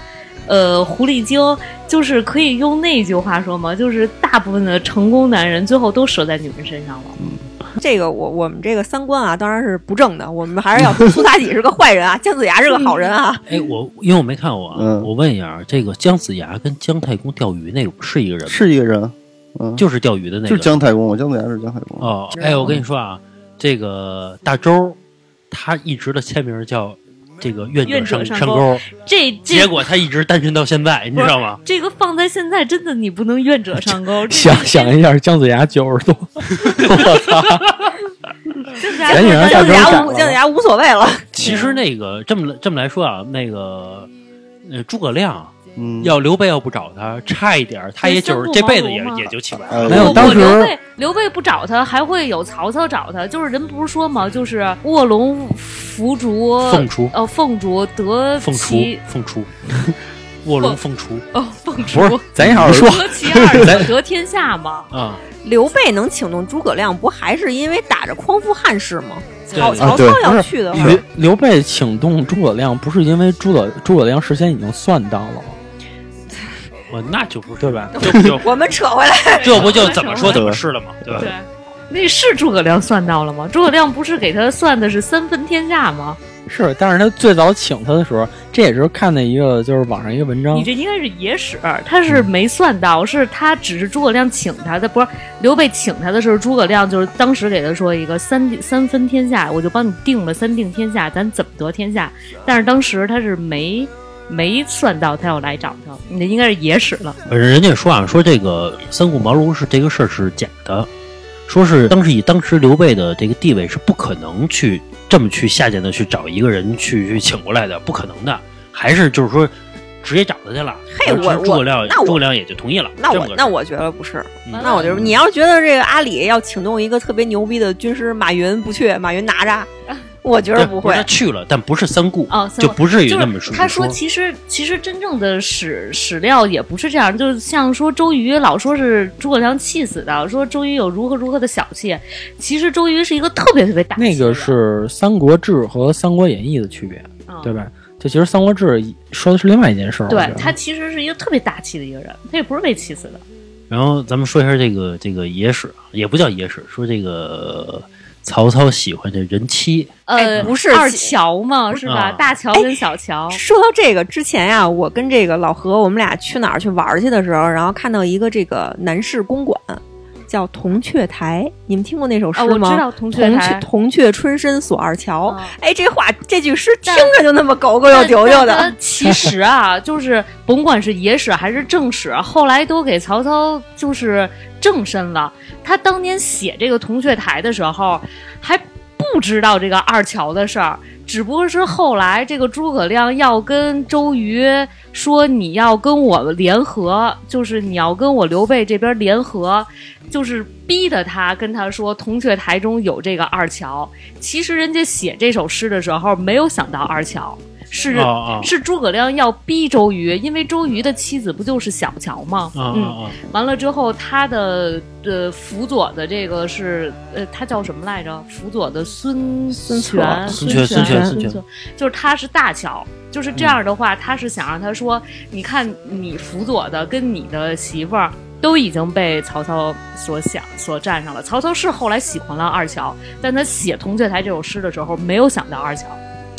Speaker 5: 呃，狐狸精就是可以用那句话说嘛，就是大部分的成功男人最后都折在女人身上了。
Speaker 4: 这个我我们这个三观啊，当然是不正的，我们还是要 苏妲己是个坏人啊，姜子牙是个好人啊。
Speaker 1: 哎，我因为我没看过啊，
Speaker 2: 嗯
Speaker 1: 我问一下啊，这个姜子牙跟姜太公钓鱼那个是一个人吗？
Speaker 2: 是一个人，嗯，
Speaker 1: 就是钓鱼的那个。
Speaker 2: 就是姜太公，我姜子牙是姜太公，
Speaker 1: 哦，哎，我跟你说啊，这个大周，他一直的签名叫这个愿
Speaker 5: 愿
Speaker 1: 上
Speaker 5: 者上
Speaker 1: 上
Speaker 5: 钩
Speaker 1: 钩，
Speaker 5: 这这
Speaker 1: 结果他一直单身到现在，你知道吗？
Speaker 5: 这个放在现在，真的你不能愿者上 钩。这
Speaker 3: 想想一下，姜子牙九十多，我操！
Speaker 5: 这
Speaker 3: 赶紧让 他
Speaker 4: 姜子
Speaker 3: 大周
Speaker 4: 牙
Speaker 3: 斩
Speaker 4: 无
Speaker 3: 了
Speaker 4: 姜子牙无所谓了，
Speaker 1: 其实那个这么这么来说啊，那个呃诸葛亮
Speaker 2: 嗯，
Speaker 1: 要刘备要不找他，差一点儿他也就是这
Speaker 5: 对三顾
Speaker 1: 辈子也
Speaker 5: 茅庐嘛
Speaker 1: 也就起不来了。
Speaker 2: 哎
Speaker 3: 没有
Speaker 5: 不
Speaker 3: 当
Speaker 5: 不
Speaker 3: 时
Speaker 5: 刘备刘备不找他，还会有曹操找他。就是人不是说嘛，就是卧龙伏竹，
Speaker 1: 凤雏
Speaker 5: 呃凤雏得
Speaker 1: 凤雏
Speaker 5: 其，
Speaker 1: 凤雏，卧龙凤雏
Speaker 5: 哦，凤
Speaker 3: 不是
Speaker 5: 雏，
Speaker 3: 咱一会儿
Speaker 5: 得其 二，得天下 嘛。
Speaker 1: 啊，
Speaker 4: 刘备能请动诸葛亮，不还是因为打着匡扶汉室吗？
Speaker 1: 对
Speaker 4: 曹
Speaker 1: 啊
Speaker 4: 曹
Speaker 2: 对
Speaker 4: 操
Speaker 3: 不
Speaker 4: 要
Speaker 3: 是
Speaker 4: 去的
Speaker 5: 哦
Speaker 4: 话，
Speaker 3: 刘刘备请动诸葛亮，不是因为诸葛诸葛亮事先已经算到了吗？
Speaker 1: 我那就不是
Speaker 3: 对吧？
Speaker 1: 这不 就
Speaker 4: 我们扯回来，
Speaker 1: 这不就怎么说怎么是了嘛，对吧？
Speaker 5: 对，那是诸葛亮算到了吗？诸葛亮不是给他算的是三分天下吗？
Speaker 1: 嗯
Speaker 3: 是，但是他最早请他的时候，这也是看的一个就是网上一个文章
Speaker 5: 你，这应该是野史，他是没算到，是他只是诸葛亮请他的，不是刘备请他的时候，诸葛亮就是当时给他说一个三三分天下，我就帮你定了三定天下，咱怎么得天下？但是当时他是没没算到他要来找他，你这应该是野史了。
Speaker 1: 呃人家说啊，说这个三顾茅庐是这个事儿是假的，说是当时以当时刘备的这个地位是不可能去这么去下贱的去找一个人去去请过来的，不可能的，还是就是说直接找他去了。
Speaker 4: 嘿
Speaker 1: 然后
Speaker 4: 我
Speaker 1: 诸
Speaker 4: 我
Speaker 1: 葛亮
Speaker 4: 那我
Speaker 1: 诸葛亮也就同意了。
Speaker 4: 那
Speaker 1: 这么
Speaker 4: 我
Speaker 1: 个事
Speaker 4: 那
Speaker 1: 儿
Speaker 4: 我觉得不是，
Speaker 1: 嗯
Speaker 4: 那我觉得你要觉得这个阿里要请动一个特别牛逼的军师马云不去，马云拿着，我觉
Speaker 1: 对
Speaker 4: 得不
Speaker 1: 是
Speaker 4: 会
Speaker 1: 他。去了，但不是三顾，
Speaker 5: 哦三顾
Speaker 1: 就不至于
Speaker 5: 就
Speaker 1: 那么
Speaker 5: 是他
Speaker 1: 说。
Speaker 5: 其实其实真正的史史料也不是这样，就是像说周瑜老说是诸葛亮气死的，说周瑜有如何如何的小气，其实周瑜是一个特别特别大气的
Speaker 3: 那
Speaker 5: 人
Speaker 3: 个是《三国志》和《三国演义》的区别，
Speaker 5: 嗯
Speaker 3: 对吧？这其实《三国志》说的是另外一件事儿，我
Speaker 5: 对
Speaker 3: 觉得
Speaker 5: 他其实是一个特别大气的一个人，他也不是被气死的。
Speaker 1: 然后咱们说一下这个这个野史，啊也不叫野史，说这个曹操喜欢的人妻，
Speaker 5: 呃，
Speaker 4: 哎不是
Speaker 5: 二乔嘛，是吧？
Speaker 1: 啊
Speaker 5: 大乔跟小乔，
Speaker 4: 说到这个之前呀、我跟这个老何，我们俩去哪儿去玩儿去的时候，然后看到一个这个男士公馆，叫铜雀台，你们听过那首诗
Speaker 5: 啊，我
Speaker 4: 吗？
Speaker 5: 知道铜雀
Speaker 4: 铜
Speaker 5: 台。
Speaker 4: 铜雀春深锁二乔。
Speaker 5: 啊
Speaker 4: 哎，这话这句诗听
Speaker 5: 但
Speaker 4: 着就那么狗狗又丢丢
Speaker 5: 但
Speaker 4: 的
Speaker 5: 但，其实啊，就是甭管是野史啊还是正史，后来都给曹操就是正身了。他当年写这个铜雀台的时候，还不知道这个二乔的事儿，只不过是后来这个诸葛亮要跟周瑜说你要跟我联合，就是你要跟我刘备这边联合，就是逼的他跟他说铜雀台中有这个二乔。其实人家写这首诗的时候没有想到二乔。是
Speaker 1: 哦哦
Speaker 5: 是诸葛亮要逼周瑜，因为周瑜的妻子不就是小乔吗？
Speaker 1: 啊啊
Speaker 5: 嗯，
Speaker 1: 啊！
Speaker 5: 完了之后，他的呃辅佐的这个是呃，他叫什么来着？辅佐的孙
Speaker 4: 孙策
Speaker 5: 权，
Speaker 1: 孙
Speaker 5: 权，
Speaker 1: 权孙
Speaker 5: 孙
Speaker 1: 权孙权
Speaker 5: 策，就是他是大乔。就是这样的话，他是想让他说，你看你辅佐的跟你的媳妇儿都已经被曹操所想所占上了。曹操是后来喜欢了二乔，但他写《铜雀台》这首诗的时候，没有想到二乔，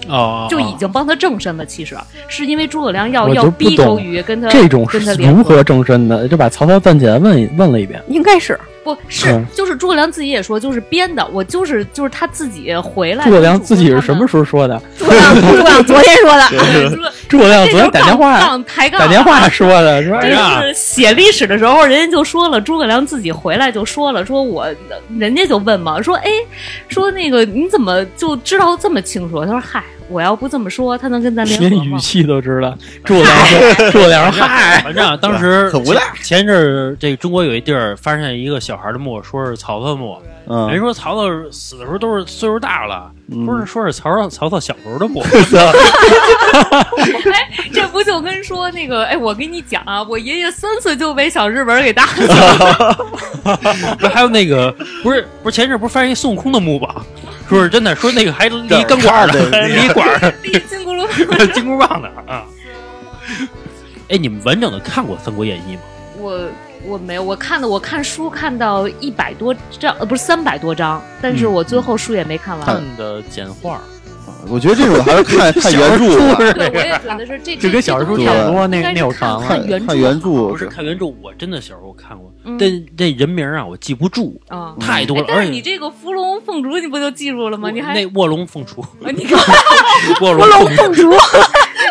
Speaker 1: 哦，
Speaker 5: 就已经帮他正身了。其实是因为诸葛亮要
Speaker 3: 我就
Speaker 5: 要
Speaker 3: 不
Speaker 5: 逼周
Speaker 3: 懂
Speaker 5: 瑜跟他
Speaker 3: 这种
Speaker 5: 跟他
Speaker 3: 是
Speaker 5: 联
Speaker 3: 如
Speaker 5: 合。
Speaker 3: 何正身的，就把曹操站起来问一问了一遍。
Speaker 4: 应该 是
Speaker 5: 不是
Speaker 3: 嗯，
Speaker 5: 就是诸葛亮自己也说，就是编的。我就是就是他自己回来。
Speaker 3: 诸葛亮自己是什么时候说的？
Speaker 4: 诸葛亮，诸葛 亮昨天说的。
Speaker 5: 对诸葛
Speaker 3: 诸葛亮啊
Speaker 5: 这
Speaker 3: 昨
Speaker 5: 就
Speaker 3: 天
Speaker 5: 是
Speaker 3: 打电话
Speaker 5: 杠抬杠
Speaker 3: 打电话说哎的，是吧？
Speaker 5: 这就是写历史的时候，人家就说了，诸葛亮自己回来就说了，说我人家就问嘛，说哎，说那个你怎么就知道这么清楚？他说嗨，我要不这么说，他能跟咱联
Speaker 3: 连
Speaker 5: 合
Speaker 3: 语
Speaker 5: 吗？
Speaker 3: 气都知道。诸葛亮说，诸葛亮 说嗨，
Speaker 1: 反正啊当时
Speaker 2: 很无赖
Speaker 1: 前前一阵儿，这个中国有一地儿发现一个小孩的墓，说是曹操的墓。人
Speaker 2: 嗯，
Speaker 1: 说曹操死的时候都是岁数大了，
Speaker 2: 嗯
Speaker 1: 不是说是曹操 曹操小时候的墓。
Speaker 5: 哎， 这不就跟说那个哎，我跟你讲啊，我爷爷三岁就被小日本给打 死了。
Speaker 1: 不是还有那个不是不是前一阵儿不是发现一孙悟空的墓吧？说是真的，说那个还离钢管
Speaker 2: 这儿看
Speaker 1: 呢，
Speaker 2: 着
Speaker 1: 还 离管儿呢，
Speaker 5: 第一金箍棒，
Speaker 1: 金箍棒呢啊！ 哎，你们完整的看过《三国演义》吗？
Speaker 5: 我我没有，我看的我看书看到一百多章，呃，不是三百多章，但是我
Speaker 1: 嗯
Speaker 5: 最后书也没看
Speaker 2: 嗯
Speaker 1: 啊
Speaker 5: 完。
Speaker 3: 看的简化，
Speaker 2: 我觉得这种还是看看原著吧，
Speaker 5: 对，我也觉得是这
Speaker 3: 就跟小人书
Speaker 5: 这
Speaker 2: 差
Speaker 5: 东西
Speaker 2: 不
Speaker 3: 多那
Speaker 5: 应该是
Speaker 3: 那有
Speaker 5: 看
Speaker 3: 传闻
Speaker 5: 看原
Speaker 2: 看
Speaker 5: 著
Speaker 2: 原著
Speaker 1: 不是看原著，我真的小时候看过，
Speaker 5: 嗯
Speaker 1: 但这人名儿啊我记不住，
Speaker 5: 啊。
Speaker 1: 太多
Speaker 5: 哎
Speaker 1: 了，
Speaker 5: 但
Speaker 1: 而
Speaker 5: 是
Speaker 1: 且
Speaker 5: 你这个伏龙凤雏，你不就记住了
Speaker 3: 嗯
Speaker 5: 吗？你还
Speaker 1: 那卧龙凤雏，
Speaker 5: 你看，
Speaker 1: 卧
Speaker 4: 伏
Speaker 1: 龙
Speaker 4: 龙
Speaker 1: 凤雏
Speaker 4: 凤 雏，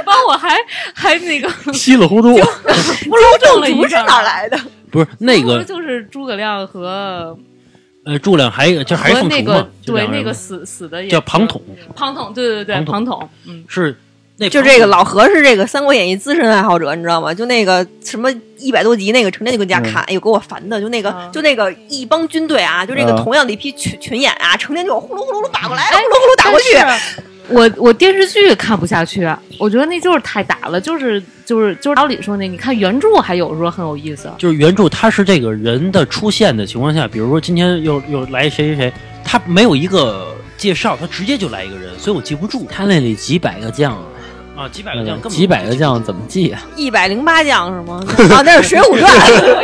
Speaker 5: 帮我 还还那个
Speaker 3: 稀里糊涂。
Speaker 4: 伏龙
Speaker 5: 正了
Speaker 4: 凤
Speaker 5: 一
Speaker 4: 雏是
Speaker 5: 阵儿
Speaker 4: 哪儿来的？
Speaker 1: 不是那
Speaker 5: 不是
Speaker 1: 个
Speaker 5: 就是诸葛亮和
Speaker 1: 呃，诸葛亮还有一个就还是
Speaker 5: 和
Speaker 1: 凤雏
Speaker 5: 那
Speaker 1: 嘛
Speaker 5: 个，
Speaker 1: 就
Speaker 5: 对
Speaker 1: 两人
Speaker 5: 那
Speaker 1: 嘛
Speaker 5: 个死死的也
Speaker 1: 叫
Speaker 5: 是
Speaker 1: 庞统，
Speaker 5: 庞统，对对对对，庞
Speaker 1: 庞
Speaker 5: 统，嗯，
Speaker 1: 是那
Speaker 4: 就
Speaker 1: 庞
Speaker 4: 这个
Speaker 1: 统
Speaker 4: 老何是这个《三国演义》资深爱好者，你知道吗？就那个什么一百多集那个，成天就跟家看，哎呦，给我烦的！就那个
Speaker 5: 啊
Speaker 4: 就那个一帮军队啊，就这个
Speaker 2: 啊
Speaker 4: 同样的一批群群演啊，成天就呼噜呼噜呼噜打过来，呼
Speaker 5: 哎
Speaker 4: 噜呼噜打过去。
Speaker 5: 但是我我电视剧看不下去，我觉得那就是太打了，就是就是就是老李说那，你看原著还有时候很有 意思，
Speaker 1: 就是原著它是这个人的出现的情况下，比如说今天又又来谁谁谁，他没有一个介绍，他直接就来一个人，所以我记不住
Speaker 3: 他那里几百个将啊，
Speaker 4: 嗯
Speaker 1: 啊，几百个
Speaker 2: 嗯
Speaker 1: 将，根本
Speaker 3: 几百个
Speaker 1: 记不
Speaker 3: 将怎么记啊？
Speaker 4: 一百零八将是吗？啊，那是《水浒传》。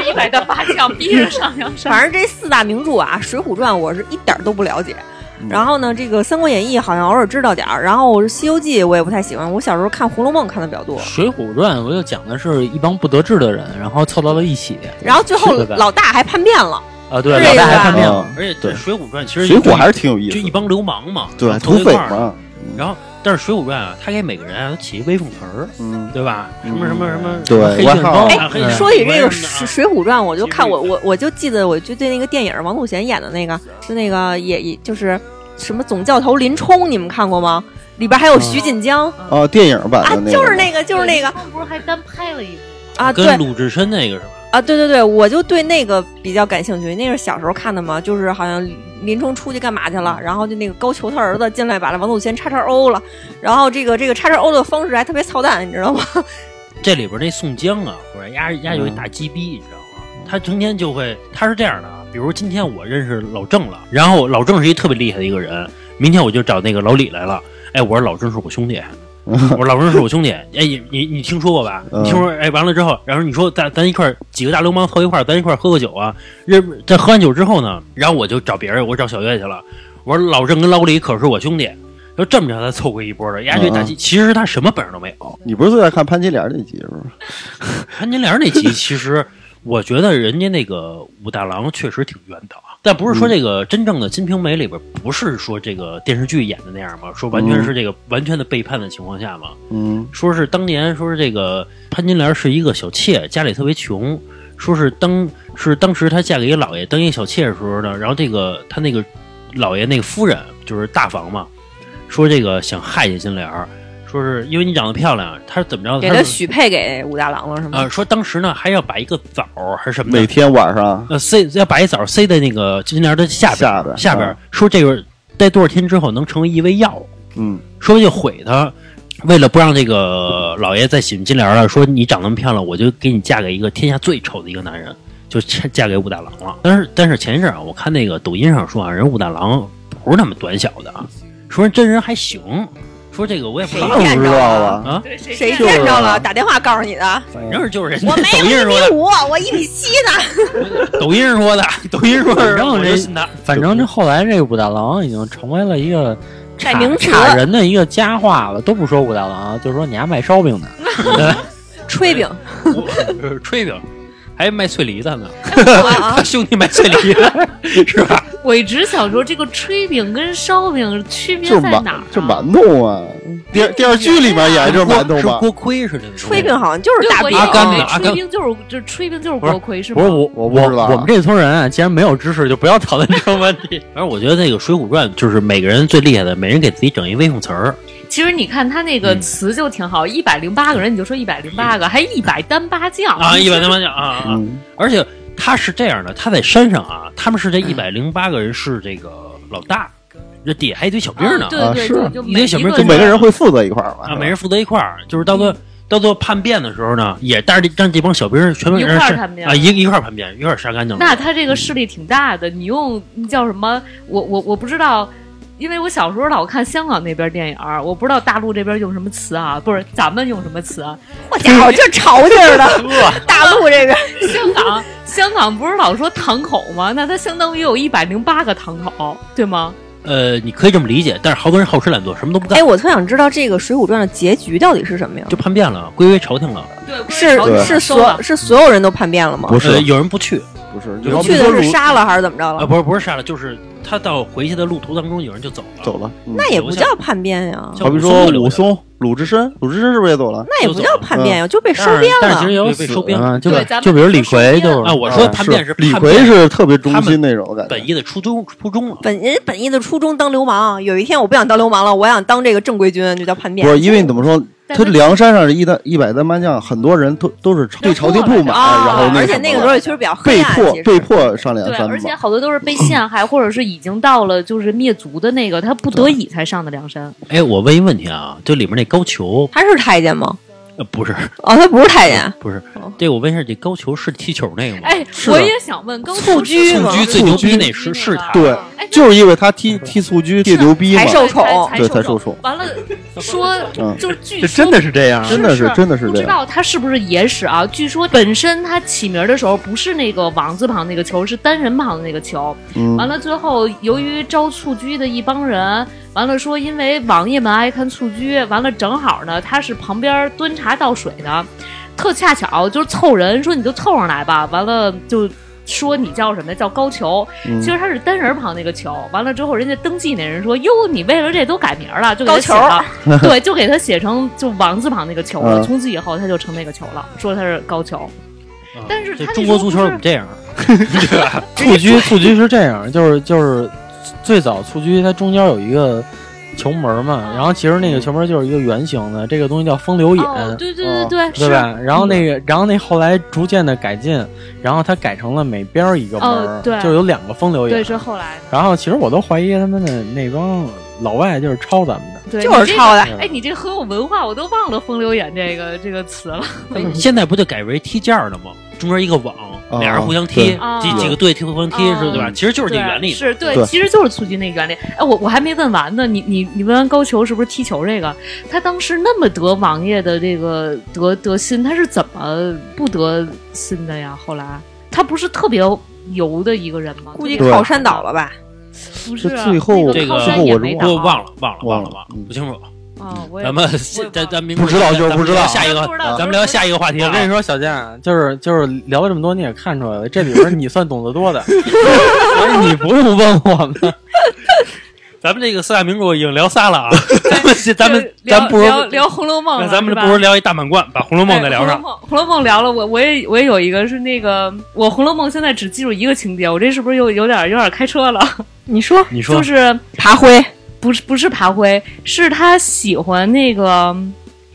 Speaker 5: 一百单八将逼着上梁山。
Speaker 4: 反正这四大名著啊，《水浒传》我是一点儿都不了解。
Speaker 1: 嗯
Speaker 4: 然后呢，这个《三国演义》好像偶尔知道点儿，然后《西游记》我也不太喜欢。我小时候看《红楼梦》看的比较多，
Speaker 3: 《水浒传》我就讲的是一帮不得志的人，然后凑到了一起
Speaker 4: 然后最后
Speaker 3: 是的
Speaker 4: 老大还叛变了，
Speaker 3: 啊，对，
Speaker 4: 是
Speaker 3: 老大还
Speaker 4: 吧
Speaker 3: 看病了。
Speaker 1: 而且
Speaker 2: 对
Speaker 1: 《水浒传》其实
Speaker 2: 水浒还
Speaker 1: 是
Speaker 2: 是挺有意
Speaker 1: 就一
Speaker 2: 思的，嗯
Speaker 1: 帮流氓嘛，
Speaker 2: 对，
Speaker 1: 凑
Speaker 2: 土
Speaker 1: 一
Speaker 2: 匪
Speaker 1: 块儿
Speaker 2: 嘛，
Speaker 1: 然后，但是《水浒传》啊，他给每个人啊都起一威风词儿，
Speaker 2: 嗯，
Speaker 1: 对吧？什么
Speaker 2: 嗯
Speaker 1: 什么什么，
Speaker 2: 对
Speaker 1: 黑
Speaker 2: 我
Speaker 1: 旋
Speaker 2: 靠
Speaker 1: 风
Speaker 2: 哎
Speaker 1: 啊，黑旋
Speaker 3: 嗯
Speaker 1: 风
Speaker 4: 说起这个《
Speaker 1: 什么
Speaker 4: 水
Speaker 1: 的
Speaker 4: 水浒传》，我就看我
Speaker 1: 其实
Speaker 4: 我我就记得，我就对那个电影王祖贤演的那个，就那个也也就是什么总教头林冲，你们看过吗？里边还有徐锦江
Speaker 2: 哦，电影
Speaker 1: 嗯
Speaker 2: 版
Speaker 4: 啊
Speaker 2: 的，那个，
Speaker 4: 就是那个 就是那个
Speaker 5: 他们不是还单拍了一部？
Speaker 4: 啊，对
Speaker 1: 跟鲁智深那个是吧？
Speaker 4: 啊，对对对，我就对那个比较感兴趣，那是小时候看的嘛，就是好像林冲出去干嘛去了，然后就那个高俅他儿子进来把那王祖贤叉叉殴了，然后这个这个叉叉殴的方式还特别操蛋，你知道吗？
Speaker 1: 这里边那宋江啊，或者丫丫有一大鸡
Speaker 4: 嗯
Speaker 1: 逼，你知道吗？他成天就会，他是这样的啊，比如今天我认识老郑了，然后老郑是一特别厉害的一个人，明天我就找那个老李来了，哎，我说老郑是我兄 弟。我说老郑是我兄弟，哎，你你你听说过吧？
Speaker 2: 嗯
Speaker 1: 你听说哎，完了之后，然后你说咱咱一块儿几个大流氓凑一块儿，咱一块儿喝个酒啊。这这喝完酒之后呢，然后我就找别人，我找小月去了。我说老郑跟老李可是我兄弟，就这么着他凑过一波的。丫这大
Speaker 4: 嗯
Speaker 1: 鸡，其实他什么本事都没有。
Speaker 2: 你不是最爱看潘金莲那集是吧？
Speaker 1: 潘金莲那集，其实我觉得人家那个武大郎确实挺冤的啊。但不是说这个真正的《金瓶梅》里边，不是说这个电视剧演的那样嘛，说完全是这个完全的背叛的情况下嘛，
Speaker 2: 嗯，
Speaker 1: 说是当年说是这个潘金莲是一个小妾，家里特别穷，说是当是当时她嫁给一老爷当一小妾的时候呢，然后这个她那个老爷那个夫人就是大房嘛，说这个想害金金莲儿，说是因为你长得漂亮，她是怎么着？
Speaker 4: 给
Speaker 1: 她
Speaker 4: 他
Speaker 1: 是
Speaker 4: 许配给武大郎了是吗？
Speaker 1: 呃，说当时呢还要把一个枣儿还是什么
Speaker 2: 每
Speaker 1: 的，
Speaker 2: 天晚上
Speaker 1: 呃塞要把一枣儿塞在那个金莲的下边
Speaker 2: 下嗯
Speaker 1: 儿
Speaker 2: 边儿
Speaker 1: 下边儿，说这个待多少天之后能成为一味药，
Speaker 2: 嗯，
Speaker 1: 说就毁它。为了不让这个老爷再喜欢金莲儿了，说你长那么漂亮，我就给你嫁给一个天下最丑的一个男人，就嫁嫁给武大郎了。但是但是前一阵儿啊，我看那个抖音上说啊，人武大郎不是那么短小的啊，说人真人还行，说这个我也不知道
Speaker 2: 那不知道了，
Speaker 1: 啊，
Speaker 5: 对，
Speaker 4: 谁
Speaker 2: 就是
Speaker 4: 见着
Speaker 2: 啊
Speaker 4: 了？打电话告诉你的，
Speaker 1: 反正就是人家
Speaker 4: 我没
Speaker 1: 抖音
Speaker 4: 有
Speaker 1: 上
Speaker 4: 一
Speaker 1: 说的
Speaker 4: 米，五，我一米七 呢。
Speaker 1: 抖音上说的，抖音说的，
Speaker 3: 反正
Speaker 1: 我
Speaker 3: 这
Speaker 1: 就信他。
Speaker 3: 反正这后来这个武大郎已经成为了一个
Speaker 4: 代
Speaker 3: 差
Speaker 4: 名词
Speaker 3: 差人的一个佳话了，都不说武大郎，啊就说你还卖烧饼的，
Speaker 4: 炊饼，
Speaker 1: 我 吹饼，还卖脆梨的呢，
Speaker 4: 啊
Speaker 1: 他兄弟卖脆梨的，是吧？
Speaker 5: 我一直想说这个炊饼跟烧饼区别
Speaker 2: 就是
Speaker 5: 在
Speaker 2: 馒
Speaker 5: 哪儿啊？
Speaker 2: 就馒头啊，电电视剧里面演
Speaker 1: 是
Speaker 2: 就是馒头
Speaker 1: 锅是
Speaker 2: 吧？
Speaker 1: 锅盔似的那种。
Speaker 4: 炊饼好像就是
Speaker 5: 对
Speaker 4: 大
Speaker 5: 我
Speaker 4: 饼啊
Speaker 1: 阿
Speaker 5: 也以
Speaker 1: 甘
Speaker 5: 为
Speaker 1: 的阿甘
Speaker 5: 炊饼就是这炊饼就是
Speaker 3: 不是
Speaker 5: 锅盔是
Speaker 3: 不
Speaker 5: 吗？
Speaker 3: 是我
Speaker 2: 我不知道啊
Speaker 3: 我们这村人啊，既然没有知识，就不要讨论这 种问题。
Speaker 1: 反正我觉得那个《水浒传》就是每个人最厉害的，每人给自己整一威风词儿。
Speaker 5: 其实你看他那
Speaker 1: 嗯
Speaker 5: 个词就挺好，一百零八个人，你就说一百零八个，还一百单八将
Speaker 1: 啊，一百零八将啊啊！啊
Speaker 2: 嗯，
Speaker 1: 而且他是这样的，他在山上啊，他们是这一百零八个人是这个老大，这底下还一堆小兵呢
Speaker 5: 啊对
Speaker 2: 啊
Speaker 5: 对
Speaker 2: 是
Speaker 5: 对，就
Speaker 1: 一堆小兵
Speaker 2: 就
Speaker 1: 跟
Speaker 2: 每个
Speaker 1: 着
Speaker 2: 人会负责一块儿吧？
Speaker 1: 啊，每人负责一块儿，就是到最后到最后叛变的时候呢，也带着这让这帮小兵儿全部
Speaker 5: 一
Speaker 1: 让
Speaker 5: 块儿
Speaker 1: 杀
Speaker 5: 叛变
Speaker 1: 啊，一一块儿叛变，一块儿杀干净了。
Speaker 5: 那他这个势力挺大的。你用你叫什么？我我我不知道，因为我小时候老看香港那边电影儿，我不知道大陆这边用什么词啊，不是咱们用什么词啊？
Speaker 4: 好家 伙，这潮劲儿的，大陆 这边
Speaker 5: 香港香港不是老说堂口吗？那它相当于有一百零八个堂口，对吗？
Speaker 1: 呃，你可以这么理解，但是好多人好吃懒做，什么都不干
Speaker 4: 哎，，我特想知道这个《水浒传》的结局到底是什么呀？
Speaker 1: 就叛变了，归为朝廷了。
Speaker 5: 对，
Speaker 4: 是
Speaker 2: 对
Speaker 4: 是
Speaker 5: 收了
Speaker 4: 所。是所有人都叛变了吗？
Speaker 2: 不是啊
Speaker 1: 呃有人不去
Speaker 2: 不是，
Speaker 1: 有
Speaker 2: 就
Speaker 4: 去
Speaker 2: 比
Speaker 4: 的
Speaker 2: 如说呃
Speaker 4: 是
Speaker 2: 鲁
Speaker 4: 杀了还是怎么着
Speaker 1: 啊、
Speaker 4: 了？
Speaker 1: 不是不是杀了，就是他到回去的路途当中，有人就走了，
Speaker 2: 走了，嗯
Speaker 4: 那也不叫叛变呀，
Speaker 1: 像
Speaker 2: 好比
Speaker 1: 武松
Speaker 2: 说
Speaker 1: 就留
Speaker 2: 武
Speaker 1: 下了，
Speaker 2: 松、鲁智深，鲁智深是不是也走嗯了？
Speaker 4: 那也不叫叛变呀，就被收编
Speaker 3: 但是其
Speaker 4: 了
Speaker 3: 实。有
Speaker 1: 被收编
Speaker 3: 啊，就
Speaker 5: 对咱们
Speaker 3: 就比如李逵就是
Speaker 1: 啊我说叛变是
Speaker 2: 是李
Speaker 1: 叛
Speaker 2: 逵
Speaker 1: 变
Speaker 2: 是特别忠心那种的感
Speaker 1: 本
Speaker 2: 觉，
Speaker 1: 意的初衷初衷了。
Speaker 4: 本人本意的初衷当流氓，有一天我不想当流氓了，我想当这个正规军，就叫叛变
Speaker 2: 不。是因为你怎么说？
Speaker 5: 但
Speaker 2: 他
Speaker 5: 是
Speaker 2: 梁山上一单一百单麻将，很多人都都是对朝廷铺买，
Speaker 5: 啊
Speaker 2: 然后
Speaker 4: 哦而且
Speaker 2: 什
Speaker 4: 那
Speaker 2: 么
Speaker 4: 个时候也确实比较黑
Speaker 2: 被
Speaker 4: 暗，
Speaker 2: 迫
Speaker 4: 其实
Speaker 2: 被迫上梁
Speaker 5: 对，
Speaker 2: 山
Speaker 5: 而且
Speaker 2: 嘛。
Speaker 5: 好多都是被陷害，或者是已经到了就是灭族的那个，他不得已才上的梁山。
Speaker 1: 哎，我问一问题啊，就里面那高俅，
Speaker 4: 他是太监吗？
Speaker 1: 呃，不是
Speaker 4: 哦，他不是太监，
Speaker 1: 不是
Speaker 4: 哦，
Speaker 1: 这个我问一下，这高俅是踢球那个吗？
Speaker 5: 哎，
Speaker 2: 是的
Speaker 5: 我也想问，刚
Speaker 4: 蹴鞠
Speaker 5: 是
Speaker 4: 嘛
Speaker 1: 蹴鞠最牛逼那是是他
Speaker 2: 对，
Speaker 5: 哎，那
Speaker 2: 就是因为他
Speaker 1: 嗯
Speaker 2: 踢踢蹴鞠踢牛逼嘛
Speaker 4: 还，受宠
Speaker 2: 对
Speaker 5: 才
Speaker 2: 才受宠
Speaker 5: 完了，说
Speaker 2: 嗯
Speaker 5: 就是据
Speaker 3: 这
Speaker 5: 说
Speaker 3: 真的是这
Speaker 1: 嗯
Speaker 3: 样
Speaker 2: 真的是真的是
Speaker 5: 不
Speaker 2: 这
Speaker 5: 知
Speaker 2: 样。
Speaker 5: 道他是不是野史啊？据说本身他起名的时候不是那个王字旁那个球，是单人旁的那个球。
Speaker 2: 嗯，
Speaker 5: 完了，最后由于招蹴鞠的一帮人，完了呃说因为王爷们爱看蹴鞠，完了正好呢他是旁边端茶倒水的，特恰巧就是凑人，说你就凑上来吧。完了就说你叫什么叫高俅，
Speaker 2: 嗯
Speaker 5: 其实他是单人旁那个球。完了之后，人家登记那人说哟，你为了这都改名了，就给他写了， 对，就给他写成就王字旁那个球了。
Speaker 2: 嗯
Speaker 5: 从此以后他就成那个球了，说他是高俅。
Speaker 1: 啊
Speaker 5: 但是
Speaker 1: 这
Speaker 5: 他那
Speaker 1: 中
Speaker 5: 时候
Speaker 1: 国足
Speaker 5: 不
Speaker 1: 球
Speaker 5: 是
Speaker 1: 怎么这样啊？
Speaker 3: 蹴鞠，蹴鞠是这样，就是就是最早蹴鞠它中间有一个球门嘛，然后其实那个球门就是一个圆形的，这个东西叫风流眼。
Speaker 5: 哦，对对对对，
Speaker 3: 对
Speaker 5: 是。
Speaker 3: 吧？然后那个，然后那后来逐渐的改进，然后它改成了每边儿一个门儿，
Speaker 5: 哦对
Speaker 3: 就有两个风流
Speaker 5: 对，
Speaker 3: 眼。
Speaker 5: 是后来的。
Speaker 3: 然后其实我都怀疑他们的那帮老外就是抄咱们的，
Speaker 5: 对，
Speaker 4: 就
Speaker 5: 你
Speaker 4: 是
Speaker 5: 这
Speaker 4: 抄的。
Speaker 5: 哎，你这很有文化，我都忘了“风流眼”这个这个词了。
Speaker 1: 现在不就改为踢毽儿了吗？中间一个网，
Speaker 2: 啊
Speaker 1: 俩人互相踢
Speaker 2: 对，嗯
Speaker 1: 几
Speaker 5: 啊
Speaker 1: 几个队踢互相踢，
Speaker 5: 啊
Speaker 1: 是对吧？其实就是这
Speaker 5: 对
Speaker 1: 原理。
Speaker 5: 是对，
Speaker 2: 对
Speaker 5: 其实就是蹴鞠那原理。哎，我我还没问完呢，你你你问完高俅是不是踢球这个？他当时那么得王爷的这个得得心，他是怎么不得心的呀？后来他不是特别油的一个人吗？
Speaker 4: 估计
Speaker 5: 特别
Speaker 4: 靠山倒了吧？
Speaker 5: 不是啊
Speaker 2: 这最后
Speaker 5: 那
Speaker 1: 这
Speaker 5: 靠
Speaker 1: 个
Speaker 5: 山也没倒
Speaker 1: 我忘了，忘了，忘了，忘了
Speaker 2: 嗯，
Speaker 1: 不清楚。
Speaker 5: 啊，我也
Speaker 1: 咱们
Speaker 5: 我也
Speaker 1: 咱咱明
Speaker 2: 不知道就是不知道
Speaker 1: 下一个，
Speaker 5: 不知道
Speaker 1: 咱们聊下一个话题
Speaker 3: 我跟你
Speaker 1: 啊。
Speaker 3: 说，小健，就是就是聊了这么多，你也看出来了，这里边儿你算懂得 多的，所以你不用问我们。
Speaker 1: 咱们这个四大名著已经聊仨了啊， 咱们咱们
Speaker 5: 聊
Speaker 1: 咱不如
Speaker 5: 聊聊《红楼梦》
Speaker 1: 那
Speaker 5: 了，
Speaker 1: 咱们
Speaker 5: 是吧
Speaker 1: 不如聊一大满贯，把《红楼梦》再聊
Speaker 5: 哎
Speaker 1: 上。
Speaker 5: 红楼梦》，红楼梦聊了，我我也我也有一个是那个，我《红楼梦》现在只记住一个情节，我这是不是有有点有点开车了？
Speaker 4: 你说
Speaker 1: 你说
Speaker 5: 就是
Speaker 4: 爬灰
Speaker 5: 不是不是爬灰，是他喜欢那个，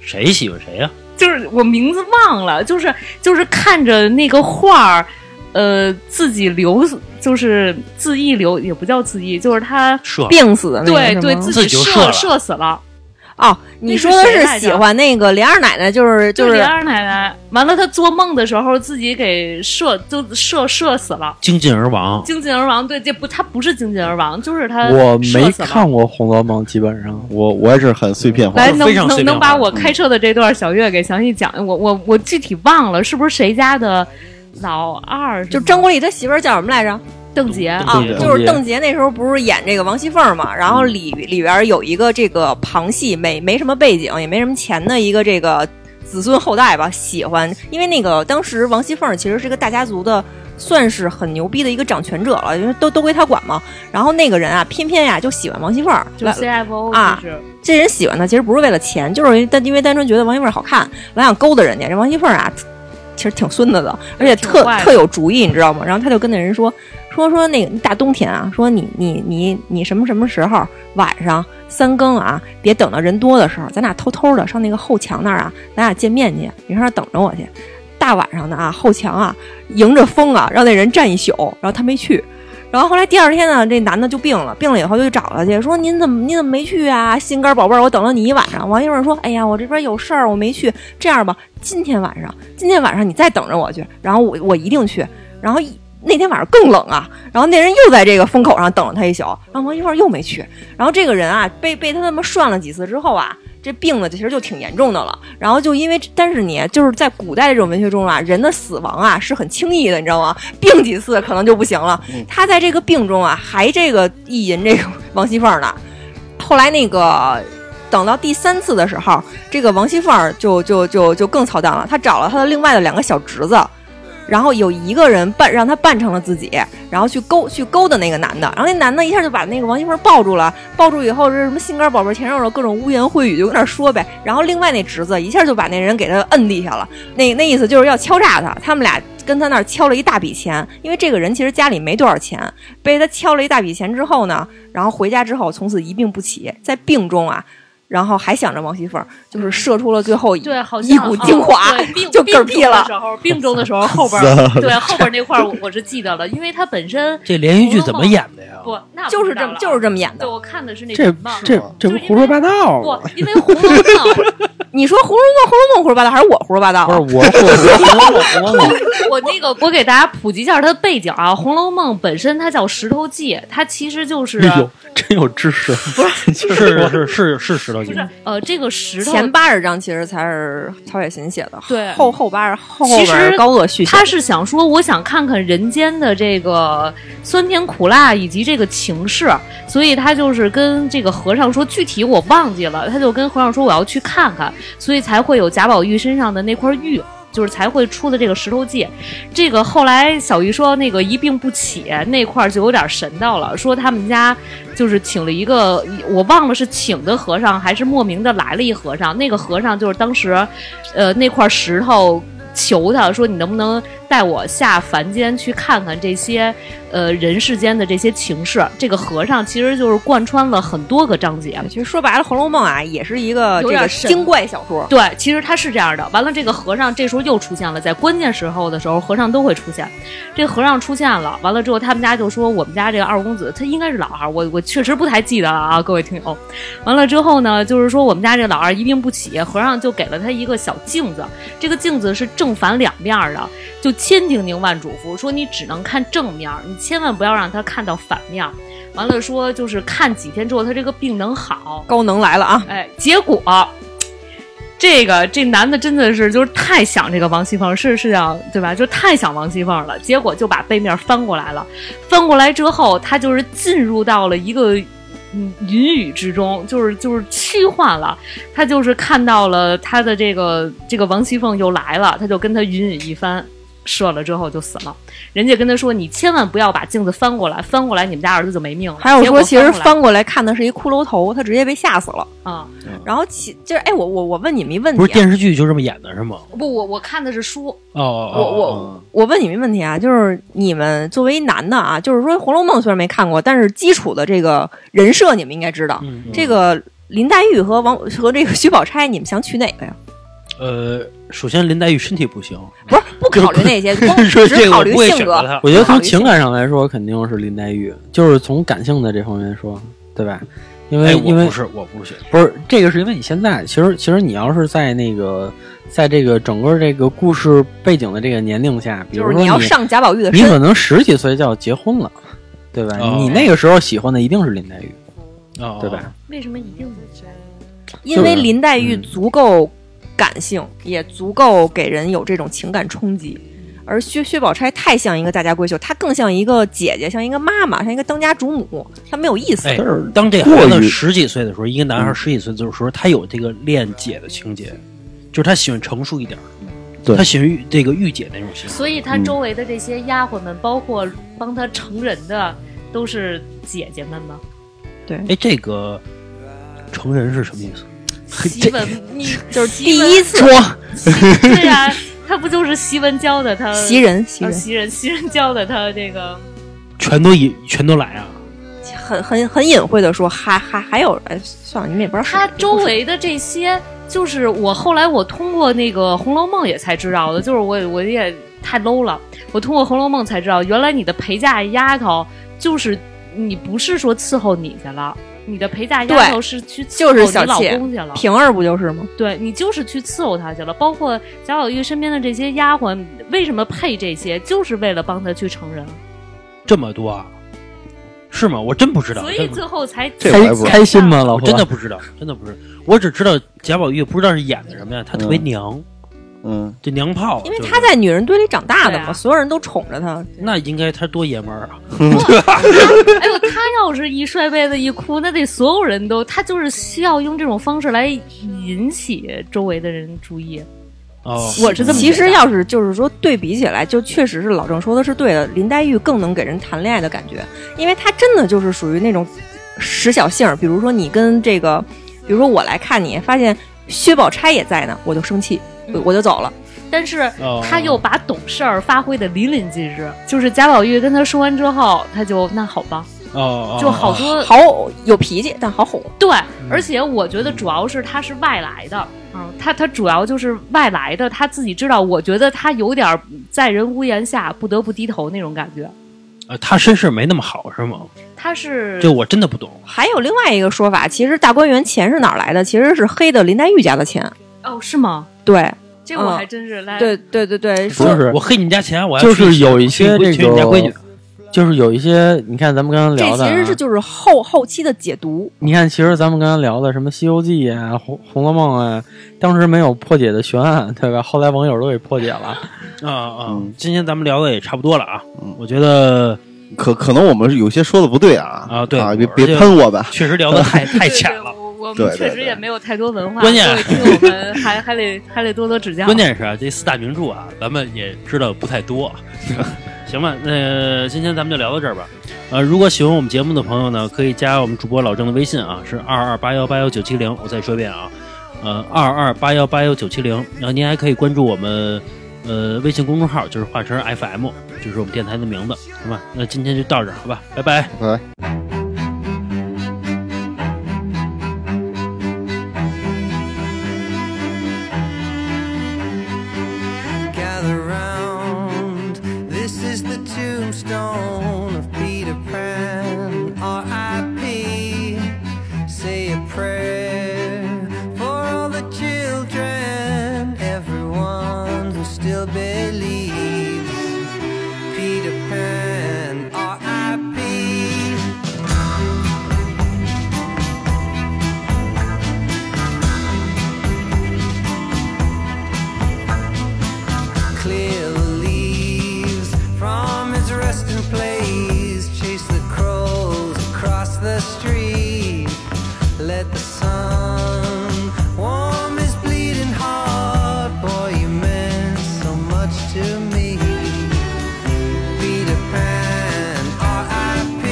Speaker 1: 谁喜欢谁呀？啊
Speaker 5: 就是我名字忘了，就是就是看着那个画儿，呃，自己留就是自缢留，也不叫自缢，就是他
Speaker 1: 射
Speaker 4: 病死的那个
Speaker 5: 对
Speaker 4: 是
Speaker 5: 对
Speaker 4: 吗
Speaker 5: 自
Speaker 1: 自己就射
Speaker 5: 射
Speaker 1: 了
Speaker 5: 射死了，
Speaker 4: 哦，你说的
Speaker 5: 那是谁
Speaker 4: 是
Speaker 5: 来着
Speaker 4: 喜欢那个琏二奶奶，就是
Speaker 5: 就是琏二奶奶。完了，他做梦的时候自己给射就射射死了。
Speaker 1: 精尽而亡。
Speaker 5: 精尽而亡，对，这不，他不是精尽而亡，就是
Speaker 4: 呃
Speaker 5: 他
Speaker 3: 我
Speaker 5: 射
Speaker 3: 没
Speaker 5: 死了
Speaker 3: 看过《红楼梦》，基本上
Speaker 2: 我我也是很碎片化
Speaker 5: 来，
Speaker 1: 就
Speaker 5: 能
Speaker 1: 非常
Speaker 5: 能
Speaker 1: 碎片
Speaker 5: 能
Speaker 1: 化
Speaker 5: 把我开车的这段小月给详细讲？我我我具体忘了，是不是谁家的老二是吗？
Speaker 4: 就张国立他媳妇儿叫什么来着？
Speaker 5: 邓婕
Speaker 1: 邓
Speaker 4: 啊，
Speaker 1: 对
Speaker 4: 就是邓婕那时候不是演这个王熙凤嘛，然后里里边有一个这个旁系，没没什么背景，也没什么钱的一个这个子孙后代吧，喜欢，因为那个当时王熙凤其实是个大家族的。算是很牛逼的一个掌权者了，因为都都归他管嘛。然后那个人啊，偏偏呀、就喜欢王熙凤，
Speaker 5: 就是 CFO
Speaker 4: 啊
Speaker 5: 就是
Speaker 4: 这人喜欢他，其实不是为了钱，就是因为单因为单纯觉得王熙凤好看，老想勾搭人家。这王熙凤啊，其实挺孙子的，而且特
Speaker 5: 挺坏的
Speaker 4: 特有主意，你知道吗？然后他就跟那人说说说那个大冬天啊，说你你你你什么什么时候晚上三更啊，别等到人多的时候，咱俩偷偷的上那个后墙那儿啊，咱俩见面去，你上那儿等着我去。大晚上的啊，后墙啊，迎着风啊，让那人站一宿，然后他没去。然后后来第二天呢，这男的就病了，病了以后就去找他去，说您怎么你怎么没去啊？心肝宝贝儿，我等了你一晚上。王一凤说：“哎呀，我这边有事儿，我没去。这样吧，今天晚上，今天晚上你再等着我去，然后我我一定去。然后一那天晚上更冷啊，然后那人又在这个风口上等了他一宿，然后王一凤又没去。然后这个人啊，被被他那么涮了几次之后啊。”这病呢，其实就挺严重的了。然后就因为，但是你就是在古代这种文学中啊，人的死亡啊是很轻易的，你知道吗？病几次可能就不行了。他在这个病中啊，还这个意淫这个王熙凤呢。后来那个等到第三次的时候，这个王熙凤就就就就更操蛋了，她找了她的另外的两个小侄子。然后有一个人扮让她扮成了自己，然后去勾去勾搭那个男的，然后那男的一下就把那个王熙凤抱住了，抱住以后是什么心肝宝贝儿、甜肉肉，各种污言秽语就跟那儿说呗。然后另外那侄子一下就把那人给他摁地下了，那那意思就是要敲诈他，他们俩跟他那儿敲了一大笔钱，因为这个人其实家里没多少钱，被他敲了一大笔钱之后呢，然后回家之后从此一病不起，在病中啊。然后还想着王熙凤，就是射出了最后一
Speaker 5: 对，好像
Speaker 4: 一股精华
Speaker 5: 啊对病
Speaker 4: 就嗝屁了
Speaker 5: 病中的时候，病中的时候后边儿对后边儿那块儿我我是记得了，因为它本身
Speaker 1: 这连续剧怎么演的呀？
Speaker 5: 不那
Speaker 4: 就是
Speaker 5: 不知
Speaker 4: 这么
Speaker 5: 道了啊
Speaker 4: 就是这么演
Speaker 5: 对，
Speaker 4: 的。
Speaker 5: 我看的是那
Speaker 6: 这
Speaker 5: 什么
Speaker 6: 这这不胡说八道
Speaker 5: 不
Speaker 6: 吗？，
Speaker 5: 因为《红楼梦》
Speaker 4: 你说《红楼梦》《红楼梦》胡说八道，还是我胡说八道
Speaker 6: 不是
Speaker 4: 啊？
Speaker 6: 我我我 我
Speaker 5: 我那个，我给大家普及一下它的背景啊，《红楼梦》本身它叫《石头记》，它其实就是
Speaker 3: 哎
Speaker 6: 有真有知
Speaker 3: 啊
Speaker 6: 识，
Speaker 1: 是是是是是石头
Speaker 5: 不
Speaker 1: 记，
Speaker 5: 是呃这个石头，
Speaker 4: 前八十章其实才是曹雪芹写的，
Speaker 5: 对
Speaker 4: 后后八十后
Speaker 5: 其
Speaker 4: 后
Speaker 5: 实
Speaker 4: 边是高鹗续写
Speaker 5: 他
Speaker 4: 的。
Speaker 5: 是想说，我想看看人间的这个酸甜苦辣以及这个情事，所以他就是跟这个和尚说，具体我忘记了，他就跟和尚说我要去看看，所以才会有贾宝玉身上的那块玉。就是才会出的这个石头记，这个后来小玉说那个一病不起那块儿就有点神道了，说他们家就是请了一个我忘了是请的和尚还是莫名的来了一和尚，那个和尚就是当时，呃那块石头求他说：“你能不能带我下凡间去看看这些，呃，人世间的这些情事？”这个和尚其实就是贯穿了很多个章节。
Speaker 4: 其实说白了，《红楼梦》啊，也是一个这
Speaker 5: 有点
Speaker 4: 个
Speaker 5: 神
Speaker 4: 精怪小说。
Speaker 5: 对，其实他是这样的。完了，这个和尚这时候又出现了，在关键时候的时候，和尚都会出现。这和尚出现了，完了之后，他们家就说我们家这个二公子，他应该是老二，我我确实不太记得了啊，各位听友。完了之后呢，就是说我们家这老二一病不起，和尚就给了他一个小镜子，这个镜子是正反两面儿的，就千叮咛万嘱咐说你只能看正面儿，你千万不要让他看到反面儿。完了说就是看几天之后他这个病能好，
Speaker 4: 高能来了啊！
Speaker 5: 哎，结果这个这男的真的是就是太想这个王熙凤，是是想对吧？就太想王熙凤了，结果就把背面翻过来了。翻过来之后，他就是进入到了一个。嗯，云雨之中，就是就是虚幻了。他就是看到了他的这个这个王熙凤又来了，他就跟他云雨一番，射了之后就死了。人家跟他说：“你千万不要把镜子翻过来，翻过来你们家儿子就没命了。”
Speaker 4: 还有
Speaker 5: 结果
Speaker 4: 说，其实
Speaker 5: 过来
Speaker 4: 翻过来看的是一骷髅头，他直接被吓死了。
Speaker 5: 啊、
Speaker 4: 然后其就是，哎，我我我问你们一问
Speaker 1: 嗯不是
Speaker 4: 题啊，
Speaker 1: 电视剧就这么演的是吗？
Speaker 5: 不，我我看的是书，
Speaker 1: 哦哦
Speaker 4: 我我我问你们一问题啊，就是你们作为男的啊，就是说《红楼梦》虽然没看过，但是基础的这个人设你们应该知道。
Speaker 1: 嗯
Speaker 4: 这个林黛玉和王和这个薛宝钗，你们想娶哪个呀？
Speaker 1: 呃，首先林黛玉身体不行，
Speaker 4: 不是不考虑 那些，光
Speaker 1: 哎说
Speaker 4: 只
Speaker 1: 这个
Speaker 4: 考
Speaker 1: 我
Speaker 4: 虑
Speaker 1: 不会
Speaker 4: 性
Speaker 1: 选择
Speaker 4: 格。
Speaker 1: 她。
Speaker 6: 我觉得从情感上来说，肯定是林黛玉，就是从感性的这方面说，对吧？因为、
Speaker 1: 哎，
Speaker 6: 因
Speaker 1: 我
Speaker 6: 为
Speaker 1: 不是，我不是，
Speaker 6: 不是这个，是因为你现在其实其实你要是在那个在这个整个这个故事背景的这个年龄下，比
Speaker 4: 就
Speaker 6: 如
Speaker 4: 是
Speaker 6: 说你
Speaker 4: 要上贾宝玉的
Speaker 6: 你可
Speaker 4: 身，
Speaker 6: 能十几岁就要结婚了，对吧？
Speaker 1: 哦
Speaker 6: 你那个时候喜欢的一定是林黛玉，
Speaker 1: 哦
Speaker 6: 对吧？？
Speaker 5: 为什么一定
Speaker 4: 因为林黛玉
Speaker 6: 嗯
Speaker 4: 足够感性，也足够给人有这种情感冲击。而薛薛宝钗太像一个大家闺秀，她更像一个姐姐，像一个妈妈，像一个当家主母，她没有意思。
Speaker 1: 哎
Speaker 6: 但是，
Speaker 1: 当这孩
Speaker 6: 过
Speaker 1: 子
Speaker 6: 于嗯
Speaker 1: 十几岁的时候，一个男孩十几岁的时候，他有这个恋姐的情节，就是他喜欢成熟一点儿，
Speaker 2: 对
Speaker 1: 他喜欢御这个御姐那种型。
Speaker 5: 所以他周围的这些丫鬟们，包括帮他成人的，都是姐姐们 吗？
Speaker 1: 哎，这个成人是什么意思？
Speaker 5: 席文，你
Speaker 4: 就是
Speaker 5: 席
Speaker 4: 第
Speaker 5: 文
Speaker 4: 一次
Speaker 5: 对呀、他不就是席文教的他？
Speaker 4: 袭人，袭
Speaker 5: 呃
Speaker 4: 人
Speaker 5: 袭人，袭人教的他这个
Speaker 1: 全都以全都来啊！
Speaker 4: 很很很隐晦的说，还还还有，哎，算了，你们也不知道是
Speaker 5: 他
Speaker 4: 谁
Speaker 5: 周围的这些，就是我后来我通过那个《红楼梦》也才知道的，就是我我也太 low 了，我通过《红楼梦》才知道，原来你的陪嫁丫头就是你不是说伺候你去了，你的陪嫁丫头是去伺候
Speaker 4: 嗯就是小
Speaker 5: 你老
Speaker 4: 妾嗯
Speaker 5: 公去了。
Speaker 4: 平儿不就是吗？
Speaker 5: 对你就是去伺候他去了。包括贾宝玉身边的这些丫鬟，为什么配这些，就是为了帮他去成人，
Speaker 1: 这么多啊？是吗？我真不知道，
Speaker 5: 所
Speaker 1: 真
Speaker 5: 以
Speaker 1: 不
Speaker 5: 最后才
Speaker 2: 这我
Speaker 6: 开
Speaker 2: 还不知道
Speaker 6: 开心吗，老
Speaker 1: 我
Speaker 6: 婆？
Speaker 1: 哦真的不知道，真的不是。我只知道贾宝玉不知道是演的什么呀，他特别娘，
Speaker 2: 嗯，
Speaker 1: 就娘炮。
Speaker 4: 因为
Speaker 1: 就是
Speaker 4: 他在女人堆里长大的
Speaker 5: 对
Speaker 4: 嘛，
Speaker 5: 啊
Speaker 4: 所有人都宠着他。
Speaker 1: 那应该他多爷们儿啊！
Speaker 5: 哎呦，他要是一摔杯子一哭，那得所有人都，他就是需要用这种方式来引起周围的人注意。
Speaker 1: 哦，
Speaker 5: 我是这么
Speaker 4: 其
Speaker 5: 觉
Speaker 4: 实
Speaker 5: 得
Speaker 4: 要是就是说对比起来，就确实是老郑说的是对的，林黛玉更能给人谈恋爱的感觉，因为她真的就是属于那种使小性儿。比如说你跟这个，比如说我来看你，发现薛宝钗也在呢，我就生气，我
Speaker 5: 嗯
Speaker 4: 我就走了。
Speaker 5: 但是
Speaker 1: 哦
Speaker 5: 他又把懂事儿发挥的淋漓尽致，就是贾宝玉跟他说完之后，他就那好吧，
Speaker 6: 哦，
Speaker 5: 就好多
Speaker 4: 好偶有脾气，但好哄。
Speaker 5: 对，而且我觉得主要是他是外来的，嗯，他他主要就是外来的，他自己知道，我觉得他有点儿在人屋檐下不得不低头那种感觉。
Speaker 1: 呃，他身世没那么好是吗？
Speaker 5: 他是
Speaker 1: 这我真的不懂。
Speaker 4: 还有另外一个说法，其实大观园钱是哪儿来的？其实是黑的林黛玉家的钱。
Speaker 5: 哦，是吗？
Speaker 4: 对，
Speaker 5: 这我
Speaker 4: 嗯
Speaker 5: 还真是来
Speaker 4: 对，对，对，对，
Speaker 6: 不
Speaker 4: 说
Speaker 6: 是
Speaker 1: 我黑你们家钱，我要
Speaker 6: 就是有一
Speaker 1: 一
Speaker 6: 些这
Speaker 1: 你家闺女
Speaker 6: 个，，就是有一些，你看咱们刚刚
Speaker 4: 这
Speaker 6: 聊的啊，
Speaker 4: 其实是就是后后期的解读。
Speaker 6: 你看，其实咱们刚刚聊的什么《西游记》啊，《红红楼梦》啊，当时没有破解的悬案，对吧？后来网友都给破解了。
Speaker 1: 啊啊
Speaker 2: 嗯！
Speaker 1: 今天咱们聊的也差不多了啊
Speaker 2: 嗯，
Speaker 1: 我觉得
Speaker 2: 可可能我们有些说的不对啊
Speaker 1: 啊对
Speaker 2: 别
Speaker 1: 而
Speaker 2: 别
Speaker 1: 且
Speaker 2: 喷我吧，
Speaker 1: 确实聊 的太太
Speaker 5: 对
Speaker 1: 浅
Speaker 5: 对
Speaker 1: 了。
Speaker 5: 我我
Speaker 2: 对
Speaker 5: 们
Speaker 2: 对
Speaker 5: 确实
Speaker 2: 对
Speaker 5: 也没有太多文化，
Speaker 1: 关键
Speaker 5: 各位听友们还还得还得多多指教。
Speaker 1: 关键是啊，这四大名著啊，咱们也知道不太多。 行吧，那、呃今天咱们就聊到这儿吧。呃，如果喜欢我们节目的朋友呢，可以加我们主播老郑的微信啊，是二二八幺八幺九七零。我再说一遍啊，呃，二二八幺八幺九七零。然后您还可以关注我们呃微信公众号，就是化成 FM，就是我们电台的名字，行吧？那今天就到这儿，好吧？拜拜。
Speaker 2: 拜拜。
Speaker 7: gather round. This is the tombstone of Peter Pan. R.I.P. Say a prayer for all the children, everyone who still believes. Peter Pan, R.I.P. clear the leaves from his resting place. Chase the crows across the street. Let the sun warm his bleeding heart. Boy, you meant so much to me. Peter Pan, R.I.P.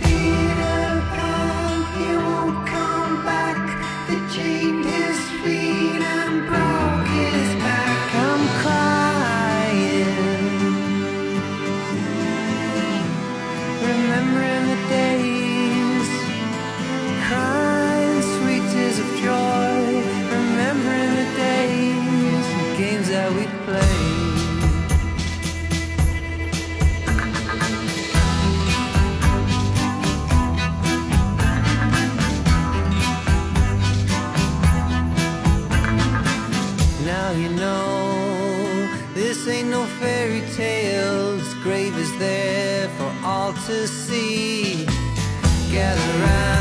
Speaker 7: Peter Pan, he won't come back. They chained his feet and broke his back. I'm crying, remembering the days, crying sweet tears of joy, remembering the days, the games that we played. Now you know this ain't no fairy tale. His grave is there for all to see. Gather round.